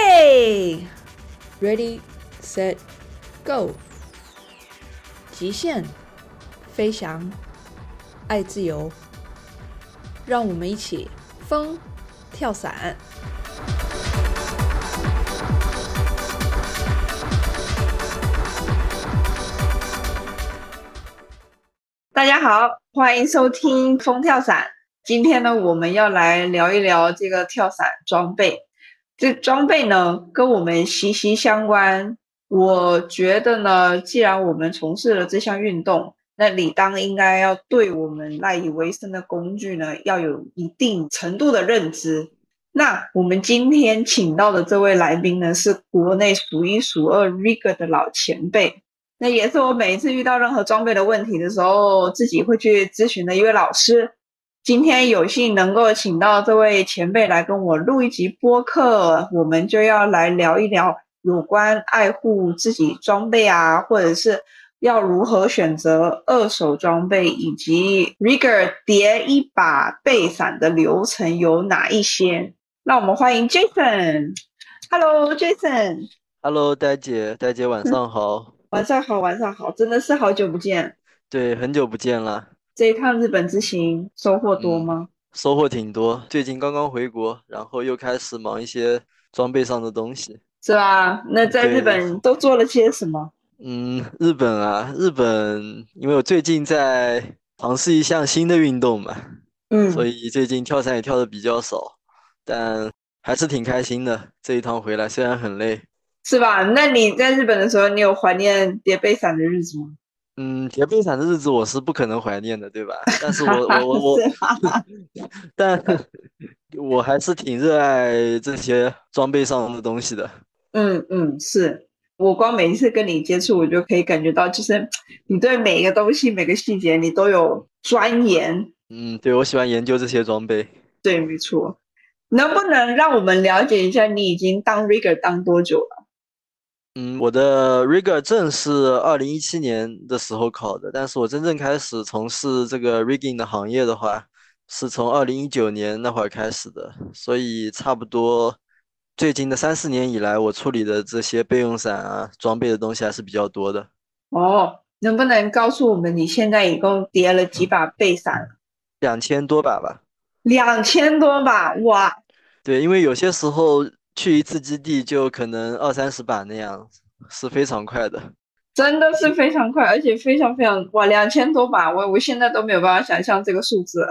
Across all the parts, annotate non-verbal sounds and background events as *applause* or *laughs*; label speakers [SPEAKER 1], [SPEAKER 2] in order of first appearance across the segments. [SPEAKER 1] Ready，
[SPEAKER 2] Ready, set, go！
[SPEAKER 1] 极限，
[SPEAKER 2] 飞翔，爱自由，
[SPEAKER 1] 让我们一起
[SPEAKER 2] 风，跳伞。
[SPEAKER 3] 大家好，欢迎收听风跳伞。今天呢，我们要来聊一聊这个跳伞装备。这装备呢，跟我们息息相关。我觉得呢，既然我们从事了这项运动，那理当应该要对我们赖以为生的工具呢，要有一定程度的认知。那我们今天请到的这位来宾呢，是国内数一数二 Rigger 的老前辈，那也是我每一次遇到任何装备的问题的时候，自己会去咨询的一位老师。今天有幸能够请到这位前辈来跟我录一集播客，我们就要来聊一聊有关爱护自己装备啊，或者是要如何选择二手装备，以及 Rigger 叠一把备伞的流程有哪一些。那我们欢迎 Jason。Hello，Jason，
[SPEAKER 4] Hello，呆姐，呆姐晚上好。
[SPEAKER 3] 晚上好，晚上好，真的是好久不见。
[SPEAKER 4] 对，很久不见了，
[SPEAKER 3] 这一趟日本之行收获多吗？
[SPEAKER 4] 收获挺多。最近刚刚回国，然后又开始忙一些装备上的东西。
[SPEAKER 3] 是吧？那在
[SPEAKER 4] 对
[SPEAKER 3] 日本都做了些什么？
[SPEAKER 4] 嗯，日本啊，日本，因为我最近在尝试一项新的运动嘛，
[SPEAKER 3] 嗯
[SPEAKER 4] 所以最近跳伞也跳的比较少，但还是挺开心的。这一趟回来虽然很累，
[SPEAKER 3] 是吧？那你在日本的时候，你有怀念叠被伞的日子吗？
[SPEAKER 4] 嗯，叠被伞的日子我是不可能怀念的，对吧？但是我我我我，
[SPEAKER 3] 是吧？
[SPEAKER 4] *laughs* 但我还是挺热爱这些装备上的东西的。
[SPEAKER 3] 嗯嗯，是我光每一次跟你接触，我就可以感觉到，就是你对每一个东西、每个细节，你都有钻研。
[SPEAKER 4] 嗯，对，我喜欢研究这些装备。
[SPEAKER 3] 对，没错。能不能让我们了解一下，你已经当 rigger 当多久了？
[SPEAKER 4] 嗯，我的 rigger 证是二零一七年的时候考的，但是我真正开始从事这个 rigging 的行业的话，是从二零一九年那会儿开始的，所以差不多最近的三四年以来，我处理的这些备用伞啊、装备的东西还是比较多的。
[SPEAKER 3] 哦，能不能告诉我们你现在一共叠了几把被伞？
[SPEAKER 4] 两千多把吧。
[SPEAKER 3] 两千多把，哇！
[SPEAKER 4] 对，因为有些时候去一次基地就可能二三十把那样，是非常快的。
[SPEAKER 3] 真的是非常快，而且非常非常哇，两千多把，我我现在都没有办法想象这个数字。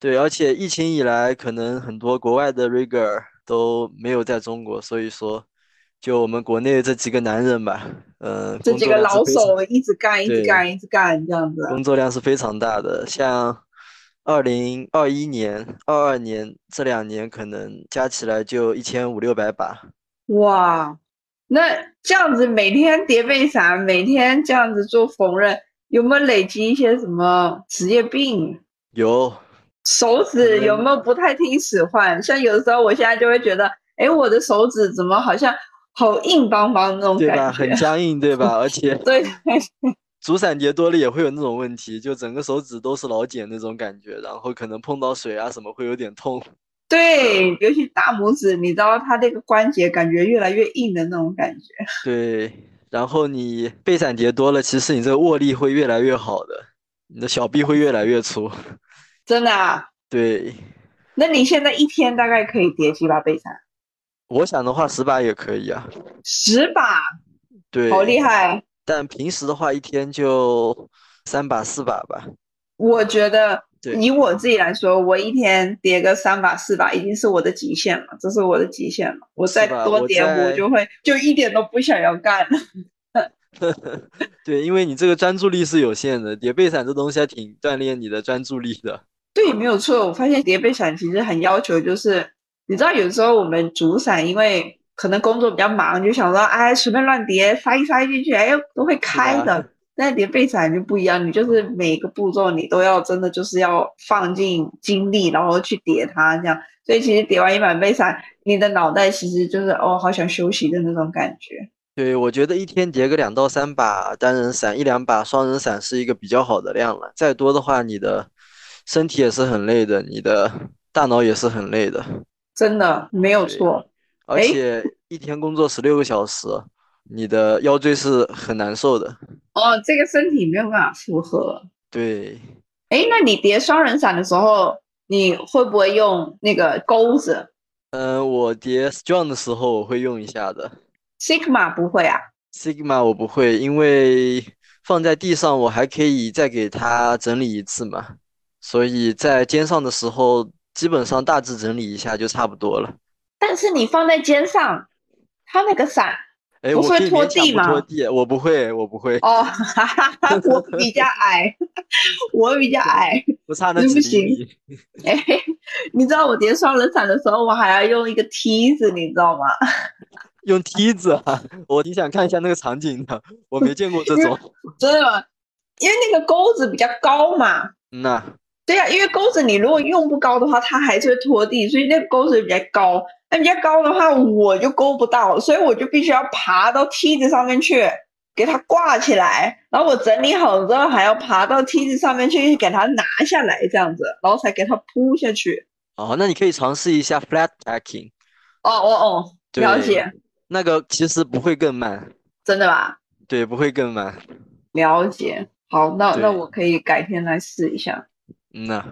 [SPEAKER 4] 对，而且疫情以来，可能很多国外的 rigger 都没有在中国，所以说，就我们国内这几个男人吧，嗯、
[SPEAKER 3] 这
[SPEAKER 4] 工
[SPEAKER 3] 几
[SPEAKER 4] 作
[SPEAKER 3] 个
[SPEAKER 4] 量是
[SPEAKER 3] 老
[SPEAKER 4] 非常，
[SPEAKER 3] 手一直干，一直
[SPEAKER 4] 对
[SPEAKER 3] 干，一直干这样子。
[SPEAKER 4] 工作量是非常大的。像二零二一年、二二年这两年，可能加起来就一千五六百把。
[SPEAKER 3] 哇，那这样子每天叠被伞，每天这样子做缝纫，有没有累积一些什么职业病？
[SPEAKER 4] 有，
[SPEAKER 3] 手指有没有不太听使唤？像有的时候，我现在就会觉得，哎，我的手指怎么好像好硬邦邦那种
[SPEAKER 4] 对
[SPEAKER 3] 感
[SPEAKER 4] 吧？
[SPEAKER 3] 觉
[SPEAKER 4] 很？僵硬，对吧？而且
[SPEAKER 3] *laughs* 对，
[SPEAKER 4] 主伞叠多了也会有那种问题，就整个手指都是老茧那种感觉，然后可能碰到水啊什么会有点痛。 *laughs*
[SPEAKER 3] *laughs* 对，尤其大拇指，你知道它那个关节感觉越来越硬的那种感觉。
[SPEAKER 4] 对，然后你背闪叠多了，其实你这个握力会越来越好的，你的小臂会越来越粗。
[SPEAKER 3] 真的啊？
[SPEAKER 4] 对，
[SPEAKER 3] 那你现在一天大概可以叠几把被伞？
[SPEAKER 4] 我想的话，十把也可以啊。
[SPEAKER 3] 十把，
[SPEAKER 4] 对，
[SPEAKER 3] 好厉！害！
[SPEAKER 4] 但平时的话，一天就三把四把吧。
[SPEAKER 3] 我觉得
[SPEAKER 4] 对
[SPEAKER 3] 以我自己来说，我一天叠个三把四把已经是我的极限了，这是我的极限了。我
[SPEAKER 4] 是
[SPEAKER 3] 再
[SPEAKER 4] 吧
[SPEAKER 3] 多
[SPEAKER 4] 我
[SPEAKER 3] 叠，我
[SPEAKER 4] 在
[SPEAKER 3] 就会就一点都不想要干了。
[SPEAKER 4] 对，因为你这个专注力是有限的，叠背伞这东西还挺锻炼你的专注力的。
[SPEAKER 3] 对，没有错。我发现叠被伞其实很要求，就是你知道，有时候我们主伞因为可能工作比较忙，就想说哎随便乱叠，塞一塞进去，哎都会开
[SPEAKER 4] 吧
[SPEAKER 3] 的。但叠被伞就不一样，你就是每个步骤你都要真的就是要放进精力，然后去叠它这样。所以其实叠完一板被伞，你的脑袋其实就是哦好想休息的那种感觉。
[SPEAKER 4] 对，我觉得一天叠个两到三把单人伞，一两把双人伞是一个比较好的量了。再多的话，你的身体也是很累的，你的大脑也是很累的。
[SPEAKER 3] 真的没有错，
[SPEAKER 4] 而
[SPEAKER 3] 诶
[SPEAKER 4] 且一天工作十六个小时，你的腰椎是很难受的。
[SPEAKER 3] 哦，这个身体没有办法负荷。
[SPEAKER 4] 对，
[SPEAKER 3] 哎，那你叠双人伞的时候，你会不会用那个钩子
[SPEAKER 4] 嗯，我叠 strong 的时候我会用一下的
[SPEAKER 3] ？Sigma 不会啊？
[SPEAKER 4] ，sigma 我不会，因为放在地上我还可以再给它整理一次嘛，所以在肩上的时候基本上大致整理一下就差不多了。
[SPEAKER 3] 但是你放在肩上，它那个伞
[SPEAKER 4] 哎，
[SPEAKER 3] 不
[SPEAKER 4] 我
[SPEAKER 3] 是
[SPEAKER 4] 可
[SPEAKER 3] 会
[SPEAKER 4] 以
[SPEAKER 3] 拖
[SPEAKER 4] 勉强
[SPEAKER 3] 地
[SPEAKER 4] 不
[SPEAKER 3] 吗
[SPEAKER 4] 拖地，我不会，我不会，
[SPEAKER 3] 哦， *laughs* 哈哈哈，我比较矮，我比较矮。
[SPEAKER 4] 不差那
[SPEAKER 3] 那不
[SPEAKER 4] 几厘
[SPEAKER 3] 行
[SPEAKER 4] 米。
[SPEAKER 3] 哎，你知道我叠双人伞的时候，我还要用一个梯子，你知道吗？
[SPEAKER 4] 用梯子啊，我挺想看一下那个场景的，我没见过这种。
[SPEAKER 3] *laughs* 真的吗？因为那个钩子比较高嘛。
[SPEAKER 4] 嗯呐，
[SPEAKER 3] 对呀、因为钩子你如果用不高的话，它还是会拖地，所以那个钩子比较高。那比较高的话，我就勾不到，所以我就必须要爬到梯子上面去给它挂起来，然后我整理好之后还要爬到梯子上面去给它拿下来，这样子，然后才给它铺下去。
[SPEAKER 4] 哦，那你可以尝试一下 flat packing，
[SPEAKER 3] 哦哦哦，
[SPEAKER 4] 对
[SPEAKER 3] 了解，
[SPEAKER 4] 那个其实不会更慢，
[SPEAKER 3] 真的吧？
[SPEAKER 4] 对，不会更慢。
[SPEAKER 3] 了解。好，那那
[SPEAKER 4] 对
[SPEAKER 3] 我可以改天来试一下。
[SPEAKER 4] 嗯呐，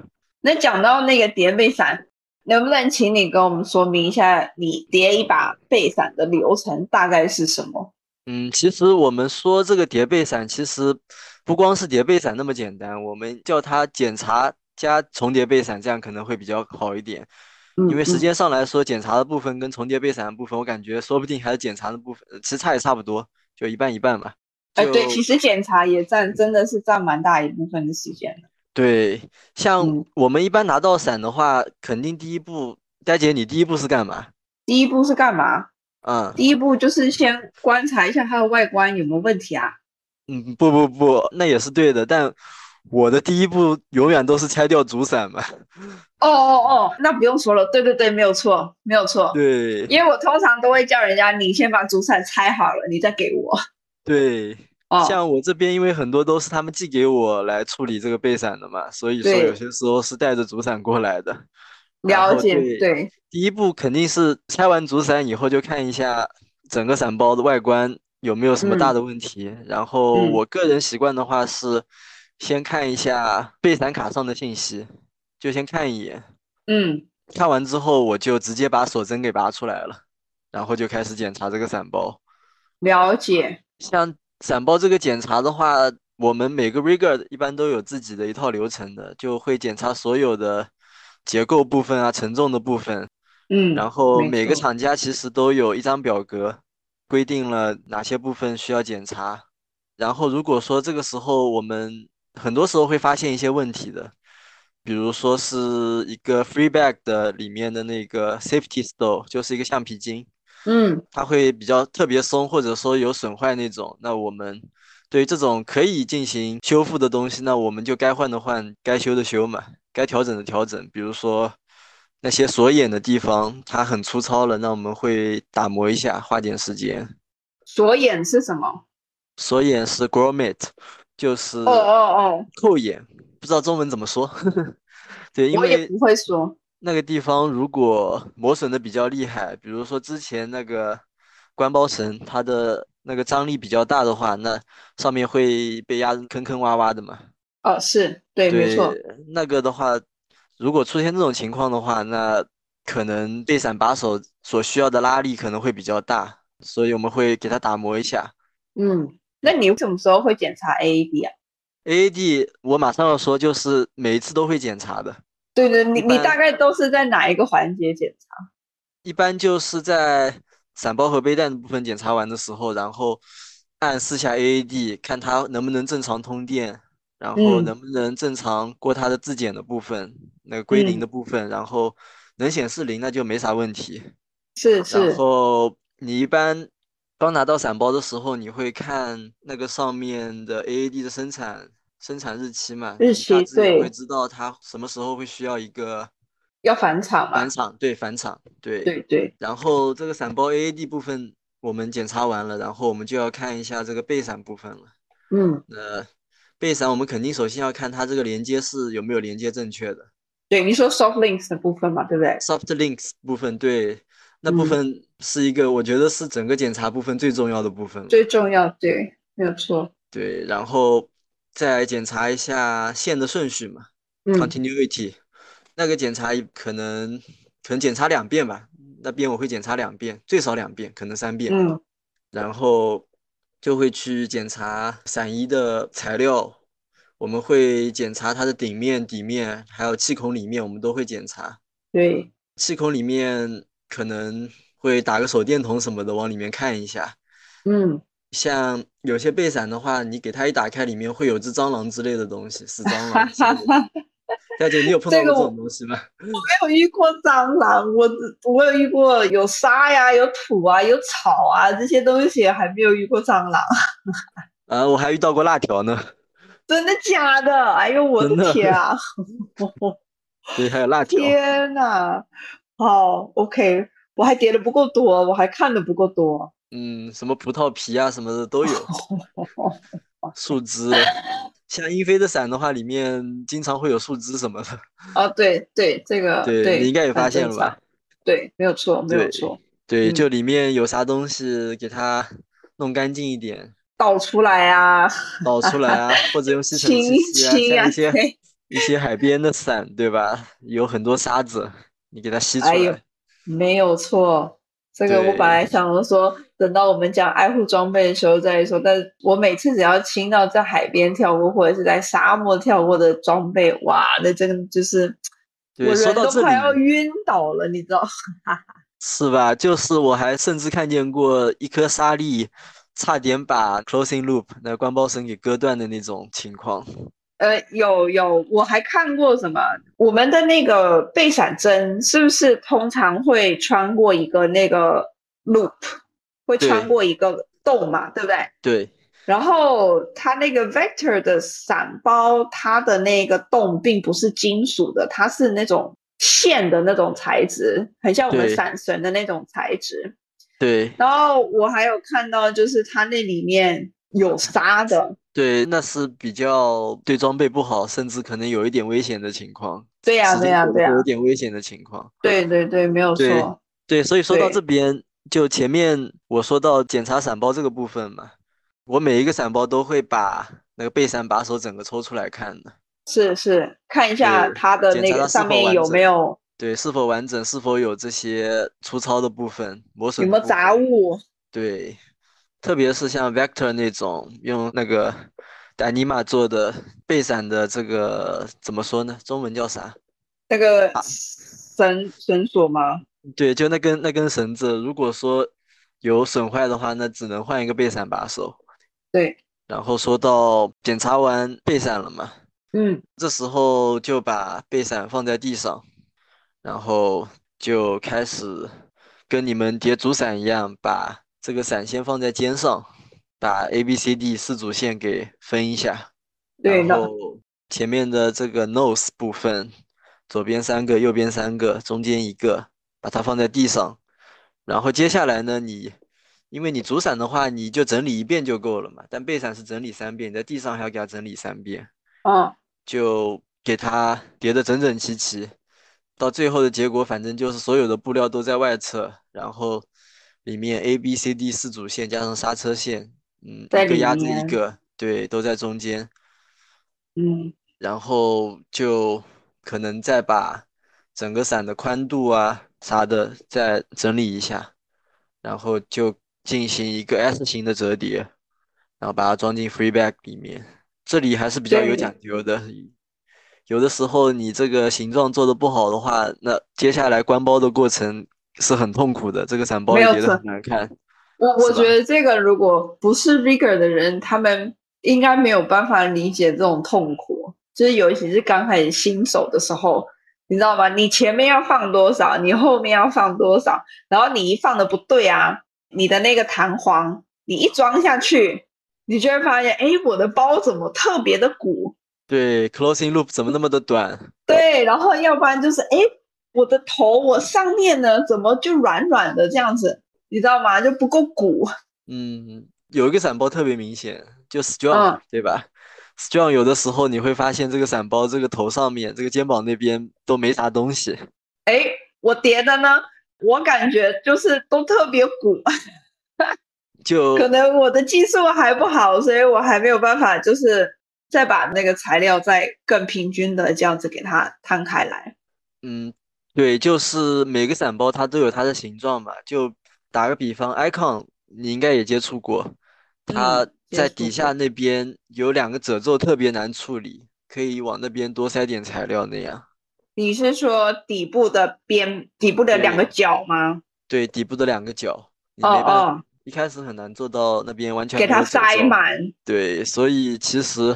[SPEAKER 3] 那讲到那个叠被伞，能不能请你跟我们说明一下，你叠一把被伞的流程大概是什么？
[SPEAKER 4] 嗯，其实我们说这个叠被伞，其实不光是叠被伞那么简单，我们叫它检查加重叠被伞，这样可能会比较好一点。
[SPEAKER 3] 嗯
[SPEAKER 4] 因为时间上来说，检查的部分跟重叠被伞的部分，我感觉说不定还是检查的部分，呃其实差也差不多，就一半一半嘛。
[SPEAKER 3] 哎、呃对，
[SPEAKER 4] 就
[SPEAKER 3] 其实检查也占真的是占蛮大一部分的时间的。
[SPEAKER 4] 对，像
[SPEAKER 3] 嗯
[SPEAKER 4] 我们一般拿到伞的话，肯定第一步，佳姐，你第一步是干嘛？
[SPEAKER 3] 第一步是干嘛？
[SPEAKER 4] 嗯
[SPEAKER 3] 第一步就是先观察一下它的外观有没有问题啊。
[SPEAKER 4] 嗯，不不不，那也是对的，但我的第一步永远都是拆掉主伞嘛。 *laughs*
[SPEAKER 3] 哦哦哦，那不用说了，对对对，没有错，没有错。
[SPEAKER 4] 对
[SPEAKER 3] 因为我通常都会叫人家，你先把主伞拆好了，你再给我。
[SPEAKER 4] 对，
[SPEAKER 3] 哦，
[SPEAKER 4] 像我这边因为很多都是他们寄给我来处理这个备伞的嘛，所以说有
[SPEAKER 3] 对
[SPEAKER 4] 些时候是带着主伞过来的。然
[SPEAKER 3] 了
[SPEAKER 4] 后
[SPEAKER 3] 解，
[SPEAKER 4] 对
[SPEAKER 3] 对
[SPEAKER 4] 第一步肯定是拆完主伞以后，就看一下整个伞包的外观有没有什么大的问题。然后
[SPEAKER 3] 嗯
[SPEAKER 4] 我个人习惯的话是，先看一下备伞卡上的信息，就先看一眼。
[SPEAKER 3] 嗯，
[SPEAKER 4] 看完之后，我就直接把锁针给拔出来了，然后就开始检查这个伞包。
[SPEAKER 3] 了解。
[SPEAKER 4] 像伞包这个检查的话，我们每个 rigger 一般都有自己的一套流程的，就会检查所有的结构部分啊、承重的部分，
[SPEAKER 3] 嗯，
[SPEAKER 4] 然后
[SPEAKER 3] 没
[SPEAKER 4] 每个
[SPEAKER 3] 错
[SPEAKER 4] 厂家其实都有一张表格，规定了哪些部分需要检查。然后如果说这个时候我们很多时候会发现一些问题的，比如说是一个 free bag 的里面的那个 safety stole，就是一个橡皮筋，
[SPEAKER 3] 嗯，
[SPEAKER 4] 它会比较特别松，或者说有损坏那种。那我们对于这种可以进行修复的东西，那我们就该换的换，该修的修嘛，该调整的调整。比如说那些锁眼的地方，它很粗糙了，那我们会打磨一下，花点时间。
[SPEAKER 3] 锁眼是什么？
[SPEAKER 4] 锁眼是 grommet，就是
[SPEAKER 3] 哦哦
[SPEAKER 4] 扣眼，不知道中文怎么说。 *laughs* 对，
[SPEAKER 3] 哦，
[SPEAKER 4] 因
[SPEAKER 3] 我也
[SPEAKER 4] 为
[SPEAKER 3] 不会说。
[SPEAKER 4] 那个地方如果磨损的比较厉害，比如说之前那个关包绳，它的那个张力比较大的话，那上面会被压得坑坑洼洼的嘛。
[SPEAKER 3] 哦，是对，没错。，
[SPEAKER 4] 那个的话，如果出现这种情况的话，那可能被伞把手所需要的拉力可能会比较大，所以我们会给它打磨一下。
[SPEAKER 3] 嗯，那你什么时候会检查 AAB 啊？
[SPEAKER 4] AAD 我马上要说，就是每一次都会检查的，
[SPEAKER 3] 对对，你
[SPEAKER 4] 一
[SPEAKER 3] 你
[SPEAKER 4] 般
[SPEAKER 3] 大概都是在哪一个环节检查？
[SPEAKER 4] 一般就是在伞包和背带的部分检查完的时候，然后按四下 AAD，看它能不能正常通电，然后
[SPEAKER 3] 嗯
[SPEAKER 4] 能不能正常过它的质检的部分，那个归
[SPEAKER 3] 嗯
[SPEAKER 4] 零的部分，然后能显示零，那就没啥问题。
[SPEAKER 3] 是
[SPEAKER 4] 然
[SPEAKER 3] 是，
[SPEAKER 4] 后你一般刚拿到伞包的时候，你会看那个上面的 AAD 的生产生产日期嘛？
[SPEAKER 3] 日
[SPEAKER 4] 你大
[SPEAKER 3] 期
[SPEAKER 4] 致也
[SPEAKER 3] 对
[SPEAKER 4] 会知道它什么时候会需要一个
[SPEAKER 3] 要返场嘛
[SPEAKER 4] 返？场，对，返场，对。
[SPEAKER 3] 对对，
[SPEAKER 4] 然后这个伞包 AAD 部分我们检查完了，然后我们就要看一下这个备伞部分了。
[SPEAKER 3] 嗯，
[SPEAKER 4] 那备伞我们肯定首先要看它这个连接是有没有连接正确的。
[SPEAKER 3] 对，你说 soft links 的部分嘛，对不对？
[SPEAKER 4] soft links 部分对，那部
[SPEAKER 3] 嗯
[SPEAKER 4] 分是一个，我觉得是整个检查部分最重要的部分了。
[SPEAKER 3] 最重要，对，没有错。
[SPEAKER 4] 对，然后再检查一下线的顺序嘛
[SPEAKER 3] 嗯
[SPEAKER 4] ，continuity，那个检查一可能可能检查两遍吧，那边我会检查两遍，最少两遍，可能三遍。
[SPEAKER 3] 嗯
[SPEAKER 4] 然后就会去检查伞衣的材料，我们会检查它的顶面、底面，还有气孔里面，我们都会检查。
[SPEAKER 3] 对，
[SPEAKER 4] 气孔里面可能会打个手电筒什么的往里面看一下。
[SPEAKER 3] 嗯
[SPEAKER 4] 像有些备伞的话，你给它一打开，里面会有只蟑螂之类的东西，死蟑螂之类的东西。大姐，你有碰到
[SPEAKER 3] 这个
[SPEAKER 4] 过这
[SPEAKER 3] 我
[SPEAKER 4] 种东西吗？
[SPEAKER 3] 没有遇过蟑螂，我只我有遇过有沙呀、有土啊、有草啊这些东西，还没有遇过蟑螂。
[SPEAKER 4] 啊，我还遇到过辣条呢，
[SPEAKER 3] 真的假的？哎呦，我
[SPEAKER 4] 真的
[SPEAKER 3] 的天
[SPEAKER 4] *laughs*
[SPEAKER 3] 啊！
[SPEAKER 4] 对，还有辣条。
[SPEAKER 3] 天呐，好，OK，我还叠的不够多，我还看的不够多。
[SPEAKER 4] 嗯，什么葡萄皮啊什么的
[SPEAKER 3] *laughs*
[SPEAKER 4] 都有，树枝。像英飞的伞的话，里面经常会有树枝什么的。
[SPEAKER 3] 啊，对对，这个呃对，
[SPEAKER 4] 你应该也发
[SPEAKER 3] 很正
[SPEAKER 4] 现了吧
[SPEAKER 3] 常？？对，没有错，没有
[SPEAKER 4] 对
[SPEAKER 3] 错，
[SPEAKER 4] 对，
[SPEAKER 3] 嗯
[SPEAKER 4] 就里面有啥东西，给它弄干净一点，
[SPEAKER 3] 倒出来啊，
[SPEAKER 4] 倒出来啊，或者用吸尘
[SPEAKER 3] 清
[SPEAKER 4] 器吸
[SPEAKER 3] 清
[SPEAKER 4] 啊。像
[SPEAKER 3] 啊，
[SPEAKER 4] 一些
[SPEAKER 3] 对，
[SPEAKER 4] 一些海边的伞，对吧？有很多沙子，你给它吸出
[SPEAKER 3] 哎呦
[SPEAKER 4] 来。
[SPEAKER 3] 没有错。这个我本
[SPEAKER 4] 对
[SPEAKER 3] 来想着说，等到我们讲爱护装备的时候再说，但我每次只要听到在海边跳过或者是在沙漠跳过的装备，哇，那真的就是
[SPEAKER 4] 对
[SPEAKER 3] 我
[SPEAKER 4] 说
[SPEAKER 3] 人
[SPEAKER 4] 到
[SPEAKER 3] 都
[SPEAKER 4] 这
[SPEAKER 3] 快要
[SPEAKER 4] 里
[SPEAKER 3] 晕倒了，你知道。 *laughs*
[SPEAKER 4] 是吧？就是我还甚至看见过一颗沙粒，差点把 closing loop 那关包绳给割断的那种情况。
[SPEAKER 3] 呃，有有，我还看过什么？我们的那个备闪针是不是通常会穿过一个那个 loop，会
[SPEAKER 4] 对
[SPEAKER 3] 穿过一个洞嘛，对不对？
[SPEAKER 4] 对，
[SPEAKER 3] 然后它那个 vector 的伞包，它的那个洞并不是金属的，它是那种线的那种材质，很像我们
[SPEAKER 4] 对
[SPEAKER 3] 伞绳的那种材质。
[SPEAKER 4] 对
[SPEAKER 3] 然后我还有看到，就是它那里面有纱的，
[SPEAKER 4] 对，那是比较对装备不好，甚至可能有一点危险的情况。
[SPEAKER 3] 对呀、
[SPEAKER 4] 时
[SPEAKER 3] 对
[SPEAKER 4] 间
[SPEAKER 3] 呀、
[SPEAKER 4] 久了
[SPEAKER 3] 对呀、
[SPEAKER 4] 会有点危险的情况。
[SPEAKER 3] 对对对，没有
[SPEAKER 4] 对
[SPEAKER 3] 错。
[SPEAKER 4] 对，所以说到
[SPEAKER 3] 对
[SPEAKER 4] 这边，就前面我说到检查伞包这个部分嘛，我每一个伞包都会把那个备伞把手整个抽出来看的，
[SPEAKER 3] 是是，看一下
[SPEAKER 4] 对
[SPEAKER 3] 它的
[SPEAKER 4] 检
[SPEAKER 3] 那
[SPEAKER 4] 查
[SPEAKER 3] 个
[SPEAKER 4] 它是
[SPEAKER 3] 上
[SPEAKER 4] 否
[SPEAKER 3] 面
[SPEAKER 4] 完
[SPEAKER 3] 有
[SPEAKER 4] 整
[SPEAKER 3] 没有
[SPEAKER 4] 对，是否完整，是否有这些粗糙的部分、磨
[SPEAKER 3] 有
[SPEAKER 4] 损
[SPEAKER 3] 没
[SPEAKER 4] 的
[SPEAKER 3] 有
[SPEAKER 4] 部
[SPEAKER 3] 杂
[SPEAKER 4] 分，
[SPEAKER 3] 物，
[SPEAKER 4] 对，特别是像 Vector 那种用那个 Dyneema 做的备伞的这个怎么说呢？中文叫啥？
[SPEAKER 3] 那个
[SPEAKER 4] 啊
[SPEAKER 3] 绳绳索吗？
[SPEAKER 4] 对，就那根那根绳子，如果说有损坏的话，那只能换一个备伞把手。
[SPEAKER 3] 对，
[SPEAKER 4] 然后说到检查完备伞了嘛，
[SPEAKER 3] 嗯，
[SPEAKER 4] 这时候就把备伞放在地上，然后就开始跟你们叠主伞一样，把这个伞先放在肩上，把 A、B、C、D 四组线给分一下。
[SPEAKER 3] 对
[SPEAKER 4] 然
[SPEAKER 3] 的
[SPEAKER 4] 后前面的这个 nose 部分，左边三个，右边三个，中间一个，把它放在地上。然后接下来呢，你因为你主伞的话，你就整理一遍就够了嘛。但备伞是整理三遍，你在地上还要给它整理三遍，
[SPEAKER 3] 哦，
[SPEAKER 4] 就给它叠得整整齐齐。到最后的结果，反正就是所有的布料都在外侧，然后里面 A、B、C、D 四组线加上刹车线，嗯，
[SPEAKER 3] 在
[SPEAKER 4] 一个
[SPEAKER 3] 里
[SPEAKER 4] 压着一
[SPEAKER 3] 面
[SPEAKER 4] 个，对，都在中间。
[SPEAKER 3] 嗯，
[SPEAKER 4] 然后就可能再把整个伞的宽度啊啥的再整理一下，然后就进行一个 S 型的折叠，然后把它装进 free bag 里面。这里还是比较有
[SPEAKER 3] 对
[SPEAKER 4] 讲究的，有的时候你这个形状做的不好的话，那接下来关包的过程是很痛苦的，这个伞包
[SPEAKER 3] 没
[SPEAKER 4] 也
[SPEAKER 3] 有
[SPEAKER 4] 叠得
[SPEAKER 3] 错
[SPEAKER 4] 很难看。
[SPEAKER 3] 我我
[SPEAKER 4] 是吧
[SPEAKER 3] 觉得这个如果不是 rigor 的人，他们应该没有办法理解这种痛苦，就是尤其是刚开始新手的时候。你知道吗？你前面要放多少，你后面要放多少，然后你一放的不对啊，你的那个弹簧，你一装下去，你就会发现，哎，我的包怎么特别的鼓？
[SPEAKER 4] 对，closing loop 怎么那么的短？
[SPEAKER 3] 对，然后要不然就是，哎，我的头，我上面呢怎么就软软的这样子？你知道吗？就不够鼓。
[SPEAKER 4] 嗯，有一个伞包特别明显，就 strong，
[SPEAKER 3] 嗯
[SPEAKER 4] 对吧？strong 有的时候你会发现这个伞包这个头上面、这个肩膀那边都没啥东西，
[SPEAKER 3] 哎，我叠的呢，我感觉就是都特别鼓， *laughs*
[SPEAKER 4] 就
[SPEAKER 3] 可能我的技术还不好，所以我还没有办法，就是再把那个材料再更平均的这样子给它摊开来。
[SPEAKER 4] 嗯，对，就是每个伞包它都有它的形状嘛。就打个比方，icon 你应该也接触过，它
[SPEAKER 3] 嗯接
[SPEAKER 4] 在
[SPEAKER 3] 触
[SPEAKER 4] 底
[SPEAKER 3] 过
[SPEAKER 4] 下那边有两个褶皱特别难处理，可以往那边多塞点材料那样。
[SPEAKER 3] 你是说底部的边、底部的两个
[SPEAKER 4] 对
[SPEAKER 3] 角吗？
[SPEAKER 4] 对，底部的两个角，你
[SPEAKER 3] 哦
[SPEAKER 4] 没办法，
[SPEAKER 3] 哦，
[SPEAKER 4] 一开始很难做到那边完全
[SPEAKER 3] 给
[SPEAKER 4] 没有
[SPEAKER 3] 它
[SPEAKER 4] 褶
[SPEAKER 3] 塞
[SPEAKER 4] 皱。
[SPEAKER 3] 满。
[SPEAKER 4] 对，所以其实，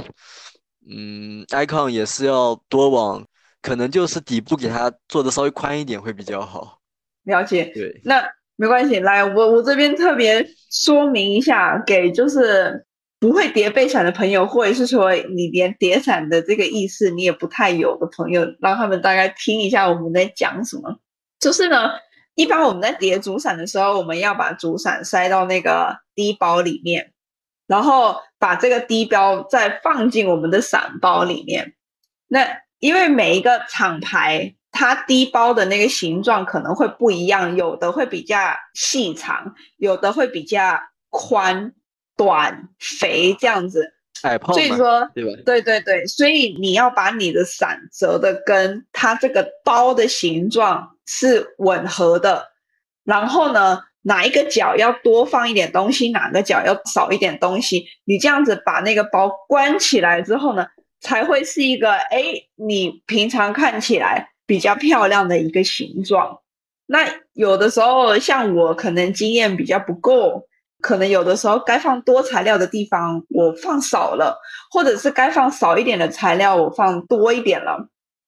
[SPEAKER 4] 嗯，icon 也是要多往，可能就是底部给它做的稍微宽一点会比较好。
[SPEAKER 3] 了解，
[SPEAKER 4] 对，
[SPEAKER 3] 那没关系。来，我我这边特别说明一下，给就是不会叠背伞的朋友，或者是说你连叠伞的这个意思你也不太有的朋友，让他们大概听一下我们在讲什么。就是呢，一般我们在叠主伞的时候，我们要把主伞塞到那个低包里面，然后把这个低标再放进我们的伞包里面。那因为每一个厂牌，它低包的那个形状可能会不一样，有的会比较细长，有的会比较宽、短、肥这样子。
[SPEAKER 4] 矮胖
[SPEAKER 3] 所以
[SPEAKER 4] 嘛，
[SPEAKER 3] 说，
[SPEAKER 4] 对吧？
[SPEAKER 3] 对对对，所以你要把你的伞折的跟它这个包的形状是吻合的，然后呢，哪一个角要多放一点东西，哪个角要少一点东西，你这样子把那个包关起来之后呢，才会是一个哎，诶你平常看起来比较漂亮的一个形状。那有的时候像我可能经验比较不够，可能有的时候该放多材料的地方我放少了。或者是该放少一点的材料，我放多一点了，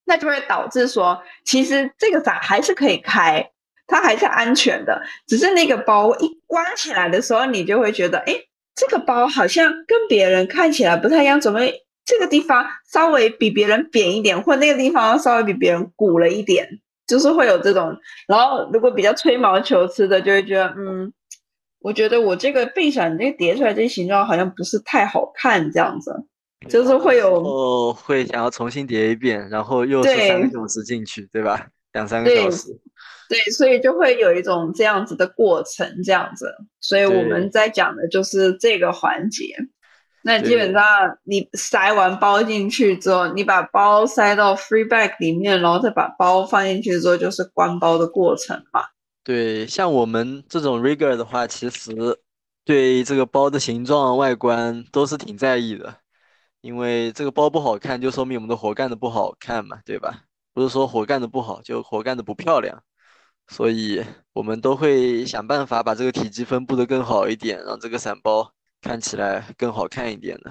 [SPEAKER 3] 那就会导致说，其实这个伞还是可以开，它还是安全的，只是那个包一关起来的时候，你就会觉得，哎，这个包好像跟别人看起来不太一样，怎么这个地方稍微比别人扁一点，或那个地方稍微比别人鼓了一点，就是会有这种。然后如果比较吹毛求疵的，就会觉得，嗯。我觉得我这个背伞这个叠出来这个形状好像不是太好看，这样子。就是会有
[SPEAKER 4] 哦，会想要重新叠一遍，然后又是三个
[SPEAKER 3] 对
[SPEAKER 4] 小时进去，对吧？两三个小
[SPEAKER 3] 对
[SPEAKER 4] 时，
[SPEAKER 3] 对，所以就会有一种这样子的过程，这样子。所以我
[SPEAKER 4] 对
[SPEAKER 3] 们在讲的就是这个环节。那基
[SPEAKER 4] 对
[SPEAKER 3] 本上你塞完包进去之后，你把包塞到 free bag 里面，然后再把包放进去之后，就是关包的过程嘛。
[SPEAKER 4] 对，像我们这种 rigger 的话，其实对这个包的形状、外观都是挺在意的，因为这个包不好看，就说明我们的活干的不好看嘛，对吧？不是说活干的不好，就活干的不漂亮，所以我们都会想办法把这个体积分布的更好一点，让这个伞包看起来更好看一点的。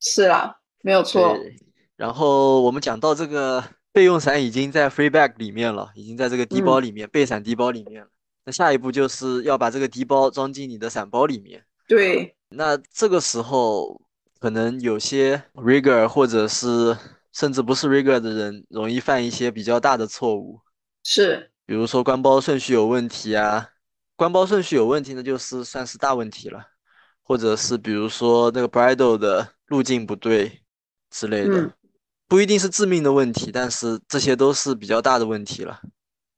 [SPEAKER 3] 是啦，没有错。
[SPEAKER 4] 对，然后我们讲到这个 *laughs* 备用伞已经在 free bag 里面了，已经在这个低包里面，备伞低包里面了。那下一步就是要把这个低包装进你的伞包里面。
[SPEAKER 3] 对，
[SPEAKER 4] 那这个时候，可能有些 rigger 或者是甚至不是 rigger 的人，容易犯一些比较大的错误，
[SPEAKER 3] 是，
[SPEAKER 4] 比如说关包顺序有问题啊。关包顺序有问题，那就是算是大问题了，或者是比如说那个 bridle 的路径不对之类的。
[SPEAKER 3] 嗯。
[SPEAKER 4] 不一定是致命的问题，但是这些都是比较大的问题了。